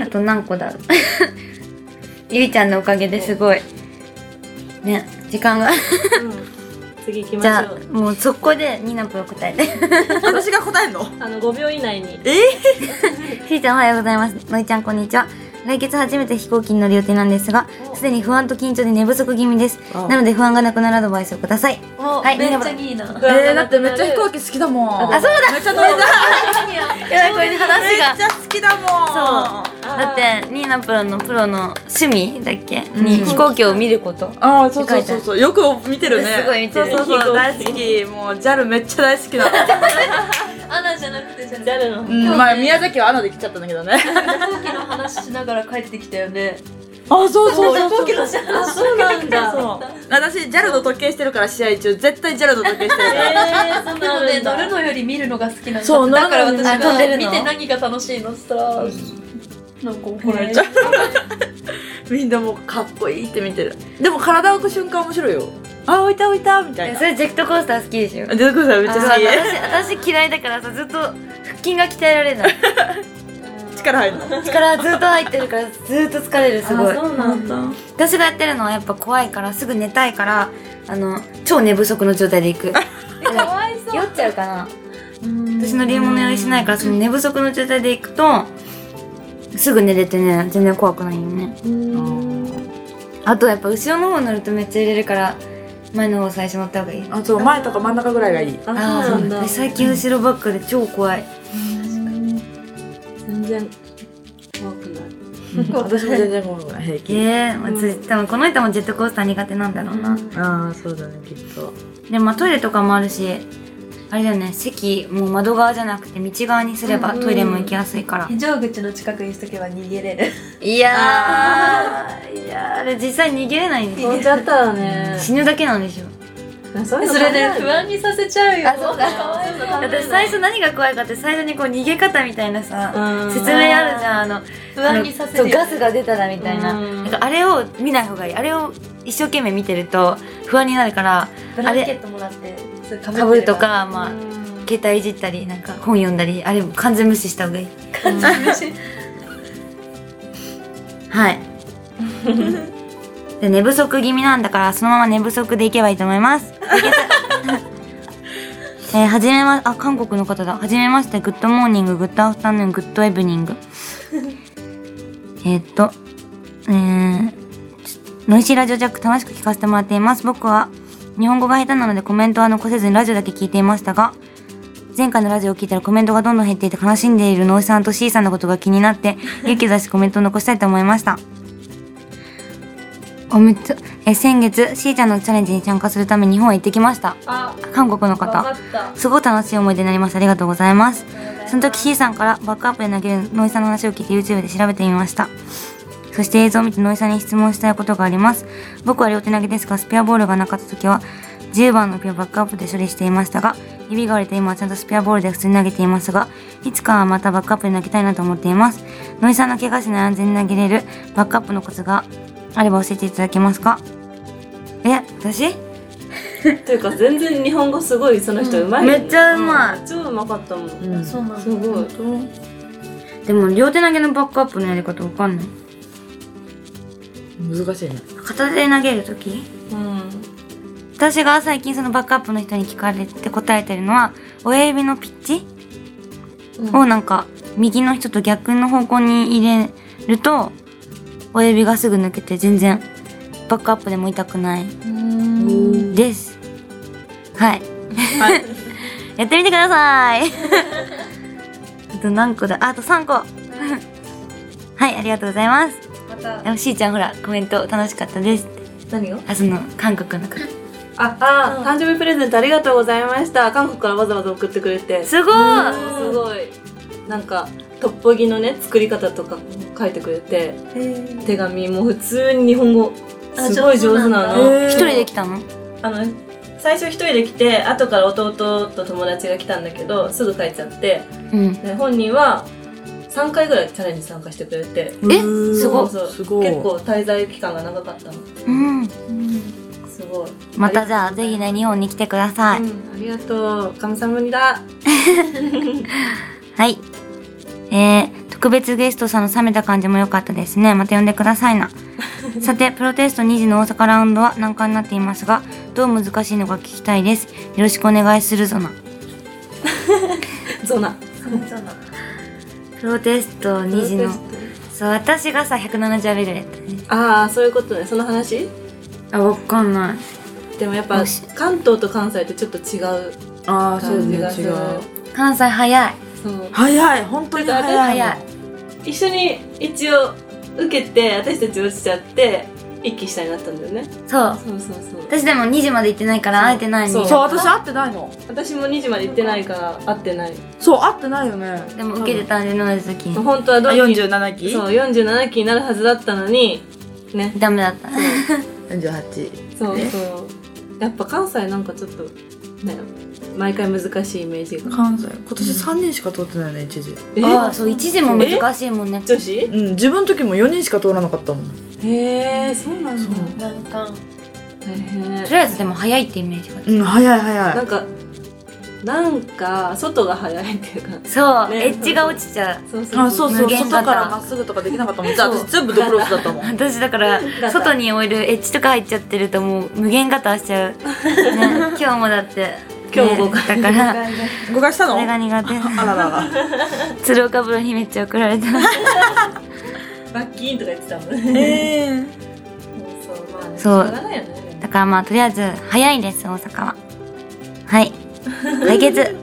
Speaker 1: あと何個だろう <laughs> ゆりちゃんのおかげですごいね時間が <laughs>
Speaker 2: 次行きま
Speaker 1: じ
Speaker 2: し
Speaker 1: ゃ
Speaker 2: ょう。
Speaker 1: あもう速攻でニーナプロ答えて
Speaker 4: 私が答えんの
Speaker 2: あの5秒以内に。
Speaker 1: ひーちゃんおはようございますのいちゃんこんにちは来月初めて飛行機に乗る予定なんですがすでに不安と緊張で寝不足気味です
Speaker 4: あ
Speaker 1: なので不安がなくなるアドバイスをください
Speaker 3: お
Speaker 1: はい
Speaker 3: めっちゃいいな。
Speaker 4: えー、だってめっちゃ飛行機好きだもん
Speaker 1: あそうだ
Speaker 4: めっちゃ乗りたい
Speaker 1: やばいこれで話
Speaker 4: めっちゃ好きだもんそう
Speaker 1: だってニーナプロのプロの趣味だっけに飛行機を見ること
Speaker 4: ああそうそうそうそうよく見てるね
Speaker 1: すごい見てる
Speaker 4: そうそうそう大好きもう JAL めっちゃ大好き <laughs> なの、
Speaker 3: アナじゃなくてじゃなくて
Speaker 2: JAL の。
Speaker 4: うん、まあ宮崎はアナで来ちゃったんだけど <laughs> ね
Speaker 3: 飛行機の話しながら帰ってきたよね。
Speaker 4: あそうそう飛行機
Speaker 3: の話。
Speaker 4: そうなんだ私 JAL の時計してるから試合中絶対 JAL の時計してるか
Speaker 2: え
Speaker 4: <laughs> ら
Speaker 2: ー、そん
Speaker 3: な
Speaker 2: な
Speaker 3: の
Speaker 2: の
Speaker 3: で
Speaker 2: ね、
Speaker 3: 乗
Speaker 2: 乗
Speaker 3: る
Speaker 2: る
Speaker 3: のより見るのが好きなんだ
Speaker 4: そう
Speaker 3: だから私
Speaker 1: あ飛んで
Speaker 3: が
Speaker 1: る
Speaker 3: 見
Speaker 1: の
Speaker 3: て何が楽しいのって言ったらなんか怒られちゃう
Speaker 4: みんなもうかっこいいって見てるでも体を置く瞬間面白いよあ置いた置いたみたい
Speaker 1: え
Speaker 4: な
Speaker 1: それジェットコースター好きでしょ
Speaker 4: ジェットコースターめっち
Speaker 1: あ
Speaker 4: ゃ好
Speaker 1: 私私嫌いだからさずっと腹筋が鍛えられない
Speaker 4: き力入る
Speaker 1: <laughs>
Speaker 4: の
Speaker 1: 力ずっと入ってるからずっと疲れるすごい
Speaker 2: そうなんだ。
Speaker 1: 私がやってるのはやっぱ怖いからすぐ寝たいからあの超寝不足の状態で
Speaker 2: <laughs>
Speaker 1: 行く
Speaker 3: かわいそう
Speaker 1: 酔っちゃうかな私の流物酔いしないからその寝不足の状態で行くとすぐ寝れてね全然怖くないよねあとやっぱ後ろの方乗るとめっちゃ揺れるから前の方最初乗った方がいい
Speaker 4: あそう前とか真ん中ぐらいがいい
Speaker 2: あ、そうなん
Speaker 1: ー
Speaker 2: だ
Speaker 1: で。最近後ろばっかで超怖い
Speaker 2: 全然。怖くない。
Speaker 4: 私も全然怖くない平
Speaker 1: え
Speaker 4: 気
Speaker 1: えー、私多分この人もジェットコースター苦手なんだろうな、
Speaker 4: ああそうだねきっと
Speaker 1: でまあトイレとかもあるしあれだよね席もう窓側じゃなくて道側にすればトイレも行きやすいから、
Speaker 3: 非常口の近くにしとけば逃げれる
Speaker 1: いやーいやーあれ実際逃げれないんですよ
Speaker 2: 飛んじゃったら
Speaker 1: <laughs>
Speaker 2: ね。
Speaker 1: 死ぬだけなんでしょ
Speaker 2: そ
Speaker 3: それで不安にさせちゃうよ
Speaker 1: あそうだ
Speaker 3: かわいそう
Speaker 1: 私最初何が怖いかって最初にこう逃げ方みたいなさ
Speaker 2: 安
Speaker 1: 説明あるじゃんあの
Speaker 3: 不安にさせ
Speaker 1: あのそう
Speaker 3: る
Speaker 1: ガスが出たらみたいな
Speaker 2: うん
Speaker 1: なんかあれを見ない方がいいあれを一生懸命見てると不安になるから
Speaker 3: ブランケットもらってそれ
Speaker 1: か
Speaker 3: か
Speaker 1: ぶると
Speaker 3: <laughs>
Speaker 1: か
Speaker 2: う
Speaker 1: まあ
Speaker 2: ん
Speaker 1: 携帯いじったりなんか本読んだりあれ完全無視した方がいい
Speaker 3: 感じるし
Speaker 1: はい。で寝不足気味なんだからそのまま寝不足でいけばいいと思います。えー、はじめま、あ、韓国の方だ。はじめまして、グッドモーニング、グッドアフタヌーン、グッドエブニング。えーっと、えー、ノイシーラジオジャック楽しく聞かせてもらっています。僕は、日本語が下手なのでコメントは残せずにラジオだけ聞いていましたが、前回のラジオを聞いたらコメントがどんどん減っていて悲しんでいるノイさんと C さんのことが気になって、勇気を出してコメントを残したいと思いました。おめっちゃえ先月 C ちゃんのチャレンジに参加するため日本へ行ってきました
Speaker 3: あ
Speaker 1: 韓国の
Speaker 3: わか
Speaker 1: 方
Speaker 3: った
Speaker 1: すごく楽しい思い出になりましたありがとうございますその時 C さんからバックアップで投げるノイさんの話を聞いて YouTube で調べてみましたそして映像を見てノイさんに質問したいことがあります僕は両手投げですがスペアボールがなかった時は10番のピンをバックアップで処理していましたが指が折れて今はちゃんとスペアボールで普通に投げていますがいつかはまたバックアップで投げたいなと思っていますノイさんの怪我しない安全に投げれるバックアップのコツがあれば教えていただけますかえ私
Speaker 2: というか全然日本語すごいその人うまいよね
Speaker 1: めっちゃうまい
Speaker 2: ん超うまかったもん
Speaker 4: うん
Speaker 3: そうなん
Speaker 2: すごい
Speaker 1: でも両手投げのバックアップのやり方わかんない
Speaker 4: 難しいね
Speaker 1: 片手で投げる時
Speaker 2: うん
Speaker 1: 私が最近そのバックアップの人に聞かれて答えてるのは親指のピッチをなんか右の人と逆の方向に入れると親指がすぐ抜けて全然バックアップでも痛くないですはい、
Speaker 4: はい
Speaker 1: <laughs> やってみてください <laughs> あと何個だあと3個 <laughs> はいありがとうございます
Speaker 3: また
Speaker 1: でもしーちゃんほらコメント楽しかったです
Speaker 2: 何が
Speaker 1: あその韓国の方
Speaker 2: ああ、誕生日プレゼントありがとうございました韓国からわざわざ送ってくれてす
Speaker 1: すごい
Speaker 2: ごいなんかトッポギのね作り方とか書いてくれて手紙も普通に日本語
Speaker 3: あ
Speaker 2: すごい上手な
Speaker 3: 上手
Speaker 2: の
Speaker 1: 一人で来たの
Speaker 2: あの最初一人で来て後から弟と友達が来たんだけどすぐ帰っちゃって
Speaker 1: うん
Speaker 2: で本人は3回ぐらいチャレンジ参加してくれて
Speaker 1: えすご
Speaker 2: そ
Speaker 1: い
Speaker 2: うそう
Speaker 4: すごい
Speaker 2: 結構滞在期間が長かったの
Speaker 1: うん
Speaker 2: そうごい
Speaker 1: またじゃあぜひね日本に来てくださ
Speaker 2: う
Speaker 1: い、
Speaker 2: んありがとうカムサムニだ
Speaker 1: はいえー、特別ゲストさんの冷めた感じも良かったですねまた呼んでください <laughs> なさてプロテスト2時の大阪ラウンドは難関になっていますがどう難しいのか聞きたいですよろしくお願いするぞな
Speaker 2: ゾナ
Speaker 1: プロテスト2時のそう私がさ170レベルやったね
Speaker 2: ああそういうことねその話
Speaker 1: あわかんない
Speaker 2: でもやっぱ
Speaker 1: よし
Speaker 2: 関東と関西ってちょっと違う
Speaker 4: ああ
Speaker 2: 感じがする
Speaker 1: 関西早い
Speaker 2: そう
Speaker 4: 早い本当に早い
Speaker 1: 早い
Speaker 2: 一緒に一応受けて私たち落ちちゃって一気下になったんだよね
Speaker 1: そう
Speaker 2: そうそうそう
Speaker 1: 私でも2時まで行ってないから会えてないの
Speaker 2: そ
Speaker 1: に
Speaker 4: そう私会ってないの
Speaker 2: 私も2時まで行ってないから会ってない
Speaker 4: そう会ってないよね
Speaker 1: でも受けてたんでの時に
Speaker 2: 本当は
Speaker 4: あ
Speaker 2: 同期
Speaker 4: 47期
Speaker 2: そう47期になるはずだったのにね <laughs>
Speaker 1: ダメだった
Speaker 4: 48
Speaker 2: そうそうやっぱ関西なんかちょっとね毎回難しいイメージが
Speaker 4: 関西今年3人しか通ってないね一時
Speaker 2: え
Speaker 1: ああそう1時も難しいもんね
Speaker 2: 女子
Speaker 4: うん自分の時も4人しか通らなかったもん
Speaker 2: へえそうなんだ
Speaker 3: 難関
Speaker 2: 大
Speaker 1: と
Speaker 2: 変
Speaker 1: りあえずでも早いってイメージが
Speaker 4: うん早い早
Speaker 2: ないんかなんか外が早いっていうか
Speaker 1: そう、
Speaker 2: ね
Speaker 1: エッジが落ちちゃう
Speaker 2: そうそう
Speaker 4: あそうそう
Speaker 1: 無限
Speaker 4: 外
Speaker 1: 型
Speaker 4: からまっすぐとかできなかったもんじゃあ私全部ドクロスだった <laughs> もん
Speaker 1: 私
Speaker 2: <laughs>
Speaker 1: だから
Speaker 2: た
Speaker 1: 外に置いるエッジとか入っちゃってるともう無限型し
Speaker 2: <laughs>
Speaker 1: ちゃう、ね、今日もだって
Speaker 2: 今日も誤
Speaker 1: ねだから
Speaker 4: 誤解した
Speaker 1: それが
Speaker 4: の
Speaker 1: 苦
Speaker 4: あららら
Speaker 1: 手鶴岡風呂にめっちゃ怒られた
Speaker 2: <laughs> 罰金とか言ってた <laughs> もんね
Speaker 4: <laughs> ええ
Speaker 2: そうまあね
Speaker 1: そう
Speaker 2: しょがないよね
Speaker 1: だからまあとりあえず早いです大阪ははい
Speaker 2: <laughs>
Speaker 1: 解決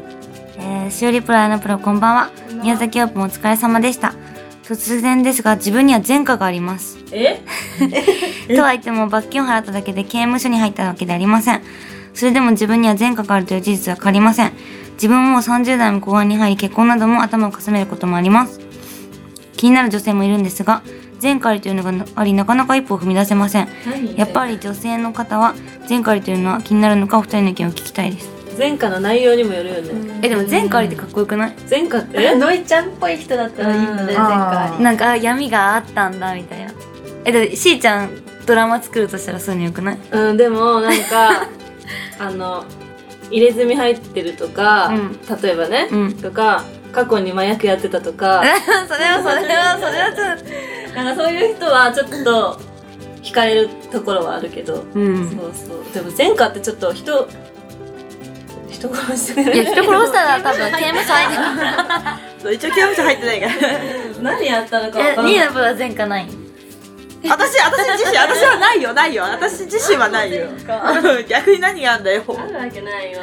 Speaker 1: えー、しおりプロやのプロこんばんは宮崎オープンお疲れ様でした突然ですが自分には前科があります
Speaker 2: え
Speaker 1: <laughs> とは言っても罰金を払っただけで刑務所に入ったわけではありません。それでも自分には前科があるという事実は変わりません。自分も30代も後半に入り結婚なども頭をかすめることもあります。気になる女性もいるんですが、前科ありというのがありなかなか一歩を踏み出せません。
Speaker 2: 何
Speaker 1: やっぱり女性の方は前科ありというのは気になるのかお二人の意見を聞きたいです。
Speaker 2: 前科の内容にもよるよね
Speaker 1: え、でも前科ありってかっこよくない
Speaker 2: 前科ってえ
Speaker 3: ノイちゃんっぽい人だったらいいよね前
Speaker 4: うん
Speaker 3: 回
Speaker 4: あ
Speaker 1: なんかあ闇があったんだみたいな。え、だってしーちゃんドラマ作るとしたらそういうのよくない
Speaker 2: うんでもなん
Speaker 1: <laughs>
Speaker 2: かあの入れ墨入ってるとか、
Speaker 1: うん
Speaker 2: 例えばね、
Speaker 1: うん
Speaker 2: とか過去に麻薬やってたとか
Speaker 1: <laughs> それはそれはそれはちょっと。
Speaker 2: なんかそういう人はちょっと惹かれるところはあるけど、
Speaker 1: うん
Speaker 2: そうそうでも前科ってちょっと人人殺して
Speaker 1: いや、人殺したら多分刑務所入って
Speaker 4: そう一応刑務所入ってないから <laughs>
Speaker 2: 何やったのか分
Speaker 1: え、
Speaker 2: かん
Speaker 1: ニ
Speaker 2: な
Speaker 1: ー
Speaker 2: い
Speaker 1: ナプロは前科ない
Speaker 4: 私私自身私はないよないよ私自身はないようん逆に何があんだよ
Speaker 2: あるわけないよ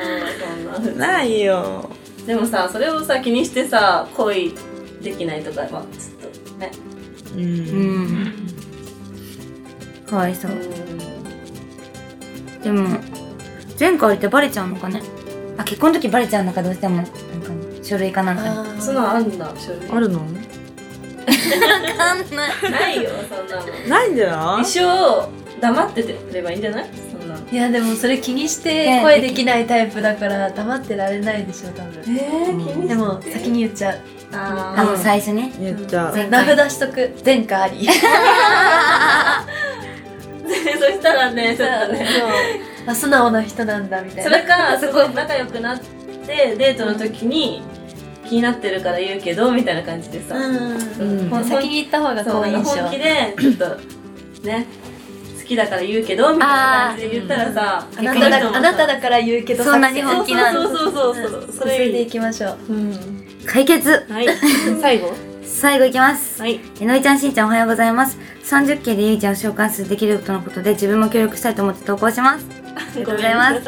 Speaker 2: そんな
Speaker 4: ないよ
Speaker 2: でもさそれをさ気にしてさ恋できないとかはちょっとね
Speaker 4: う
Speaker 1: うんん。かわいそう。でも、前科ありってバレちゃうのかねあ、結婚の時バレちゃうのかどうしても。なんか、書類かなんかに。わ
Speaker 2: そんなのあんだ書類
Speaker 4: あるの
Speaker 1: かんない。
Speaker 2: ないよそんなの
Speaker 4: ないんじゃない
Speaker 2: 一生黙っててればいいんじゃないそんない
Speaker 3: やでもそれ気にし
Speaker 1: ね
Speaker 3: て声できないタイプだから黙ってられないでしょ多分
Speaker 2: え
Speaker 4: ー気に
Speaker 3: でも先に言っちゃう
Speaker 2: あ
Speaker 1: あの、最初ね。
Speaker 4: 言っちゃう
Speaker 1: 前
Speaker 3: 名
Speaker 1: 科
Speaker 3: 札しとく前科あり
Speaker 2: <laughs> そしたらねちょっとね
Speaker 3: あ素直な人なんだみたい
Speaker 2: そ
Speaker 3: な
Speaker 2: れかすごい仲良くなってデートの時に気になってるから言うけどみたいな感じでさ、
Speaker 4: うん
Speaker 2: もう
Speaker 3: 先に言った方が
Speaker 2: そう
Speaker 3: 好
Speaker 2: なん
Speaker 3: 印
Speaker 2: か
Speaker 3: 象
Speaker 2: 本気でちょっとね好きだから言うけどみたいな感じで言ったらさ
Speaker 1: あ
Speaker 3: あなた
Speaker 1: 逆
Speaker 3: だあなただから言うけど
Speaker 1: そんな
Speaker 3: 作戦
Speaker 1: に本気なんだ
Speaker 2: そうそうそうそうそうそれ
Speaker 3: 進んで
Speaker 2: い
Speaker 3: い
Speaker 2: い
Speaker 3: きましょう
Speaker 2: うん
Speaker 1: 解決
Speaker 2: はい最後
Speaker 1: 最後いきます
Speaker 2: はい
Speaker 1: えのいちゃんしんちゃんおはようございます30期でゆいちゃんを召喚するできるとのことで自分も協力したいと思って投稿します
Speaker 2: あ
Speaker 1: りがとうございます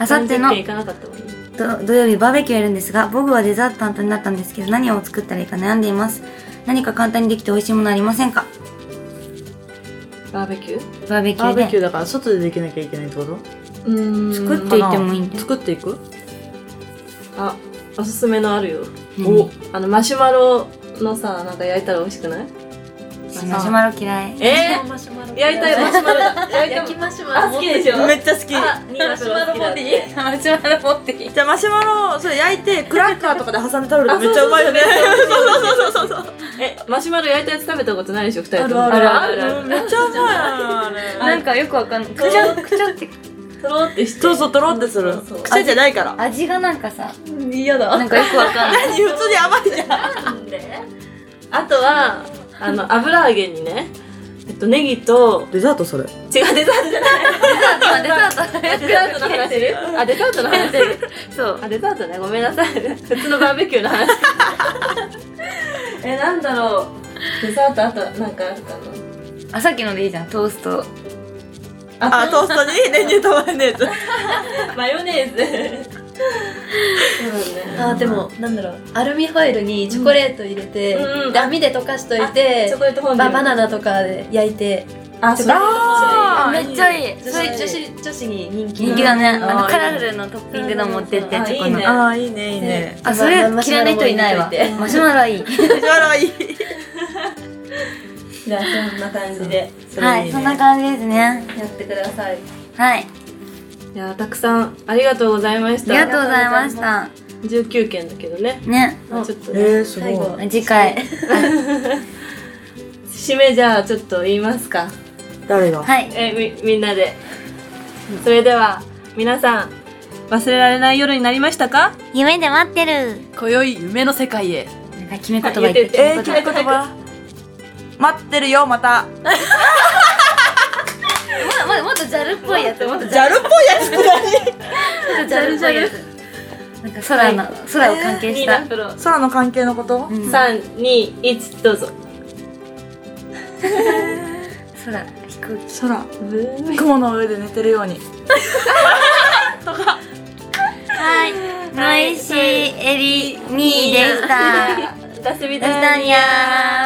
Speaker 1: あさっての
Speaker 2: 行かなかったもんね
Speaker 1: 土土曜日バーベキューやるんですが僕はデザート担当になったんですけど何を作ったらいいか悩んでいます何か簡単にできて美味しいものありませんか
Speaker 2: バーベキュー
Speaker 1: バーベキュ
Speaker 4: バーベ
Speaker 1: ー
Speaker 4: キ
Speaker 1: で
Speaker 4: ューだから外でできなきゃいけないってこと
Speaker 2: うん
Speaker 1: 作っていってもいいんだよ
Speaker 4: 作っていく
Speaker 2: あおすすめのあるよ
Speaker 1: 何
Speaker 2: おあのマシュマロのさなんか焼いたら美味しくない
Speaker 1: 知私マシュマロ嫌い
Speaker 2: え
Speaker 3: マシュマロ
Speaker 2: ー、やりたいマシュマロだ。やりたい
Speaker 3: <laughs> 焼きマシュマ
Speaker 2: あ、
Speaker 3: ロ
Speaker 2: 好きでしょ
Speaker 4: めっちゃ好きじゃ
Speaker 2: ニーナプロ好きだって
Speaker 3: マシュマロ持ってき
Speaker 4: あマシュマロをそれ焼いてクラッカーとかで挟んで食べるとめっちゃうまいよねそうそうそうそう
Speaker 2: え、マシュマロ焼いたやつ食べたことないでしょ、二人と
Speaker 4: ある
Speaker 2: も。
Speaker 4: あるあ
Speaker 2: あるあ
Speaker 4: る
Speaker 2: る
Speaker 4: めっちゃうまいよねあれ
Speaker 1: なんかよくわかんないくちゃくちゃって
Speaker 2: とろってして。
Speaker 4: そうそうとろってする
Speaker 2: そうそう
Speaker 4: 癖じゃないから
Speaker 1: 味がなんかさ
Speaker 3: 嫌だ
Speaker 1: なんかよくわかん
Speaker 4: <laughs>
Speaker 1: ない
Speaker 4: 何普通に甘いじゃん
Speaker 2: あとは、あの、油揚げにね、えっと、ネギと、
Speaker 4: デザートそれ
Speaker 2: 違う、デザートじゃない。
Speaker 3: デザート
Speaker 2: デザートの話あ、デザートの話
Speaker 3: そう
Speaker 2: あ、デザートね。ごめんなさい。普通のバーベキューの話。 <laughs> え、なんだろう。デザート、あと、なんかあるかな。
Speaker 1: あさっきのでいいじゃんトースト
Speaker 4: あトーストに練乳とマヨネーズ
Speaker 2: マヨネーズ。そうだね。
Speaker 5: あーでもなんだろうアルミホイルにチョコレート入れて、
Speaker 2: うんうん
Speaker 5: で網で溶かしとい
Speaker 2: チ
Speaker 5: て
Speaker 2: ョ、コレートフォンデュ
Speaker 5: まあ、バナナとかで焼いて
Speaker 2: あ、そう
Speaker 4: あー
Speaker 1: めっちゃいい
Speaker 5: 女
Speaker 1: それ
Speaker 5: 子女子女子に人気
Speaker 1: 人気だね
Speaker 2: あー
Speaker 1: あのカラフルのトッピングの持ってって
Speaker 2: あー
Speaker 1: チョコの
Speaker 2: いいね
Speaker 4: ああいいねいいね
Speaker 1: あそれ
Speaker 5: まあマシュ
Speaker 1: 嫌
Speaker 5: マ
Speaker 1: いな
Speaker 5: ロ
Speaker 1: 人いないわ
Speaker 5: も入れといて
Speaker 1: マシュマロはいい
Speaker 4: マシュマロいい
Speaker 2: じゃあ、そんな感じで <laughs>
Speaker 1: はいそんな感じですね
Speaker 2: やってください。
Speaker 1: はい
Speaker 2: いやー、たくさんありがとうございまし
Speaker 1: あ
Speaker 2: た。
Speaker 1: りがとうございました
Speaker 2: 19件だけどね。
Speaker 1: ね
Speaker 2: まあちょっと、ね
Speaker 4: えーすご
Speaker 5: 最
Speaker 4: い
Speaker 5: 後
Speaker 1: 次回
Speaker 2: 締めじゃあちょっと言いますか。
Speaker 4: 誰が
Speaker 1: はい
Speaker 2: えみみんなでそれでは皆さん忘れられない夜になりましたか
Speaker 1: 夢で待ってる
Speaker 3: 今宵夢の世界へ
Speaker 1: なんか決め言葉言って
Speaker 2: 言
Speaker 4: えー、決め言葉待ってるよま <laughs> た
Speaker 1: ももっとジャルっぽいやつもっと
Speaker 4: ジャルっぽいやつって
Speaker 1: ジャルっぽいやつなんか空の空を関係
Speaker 2: ニ
Speaker 1: し
Speaker 2: ー
Speaker 1: た
Speaker 2: ナプロ
Speaker 4: 空の関係のこと
Speaker 1: うん
Speaker 2: 321どうぞ
Speaker 1: 空飛行機
Speaker 4: 空雲の上で寝てるように
Speaker 1: はいノイシーエリニーでした
Speaker 2: <laughs> ダスビ
Speaker 1: ダスタニャー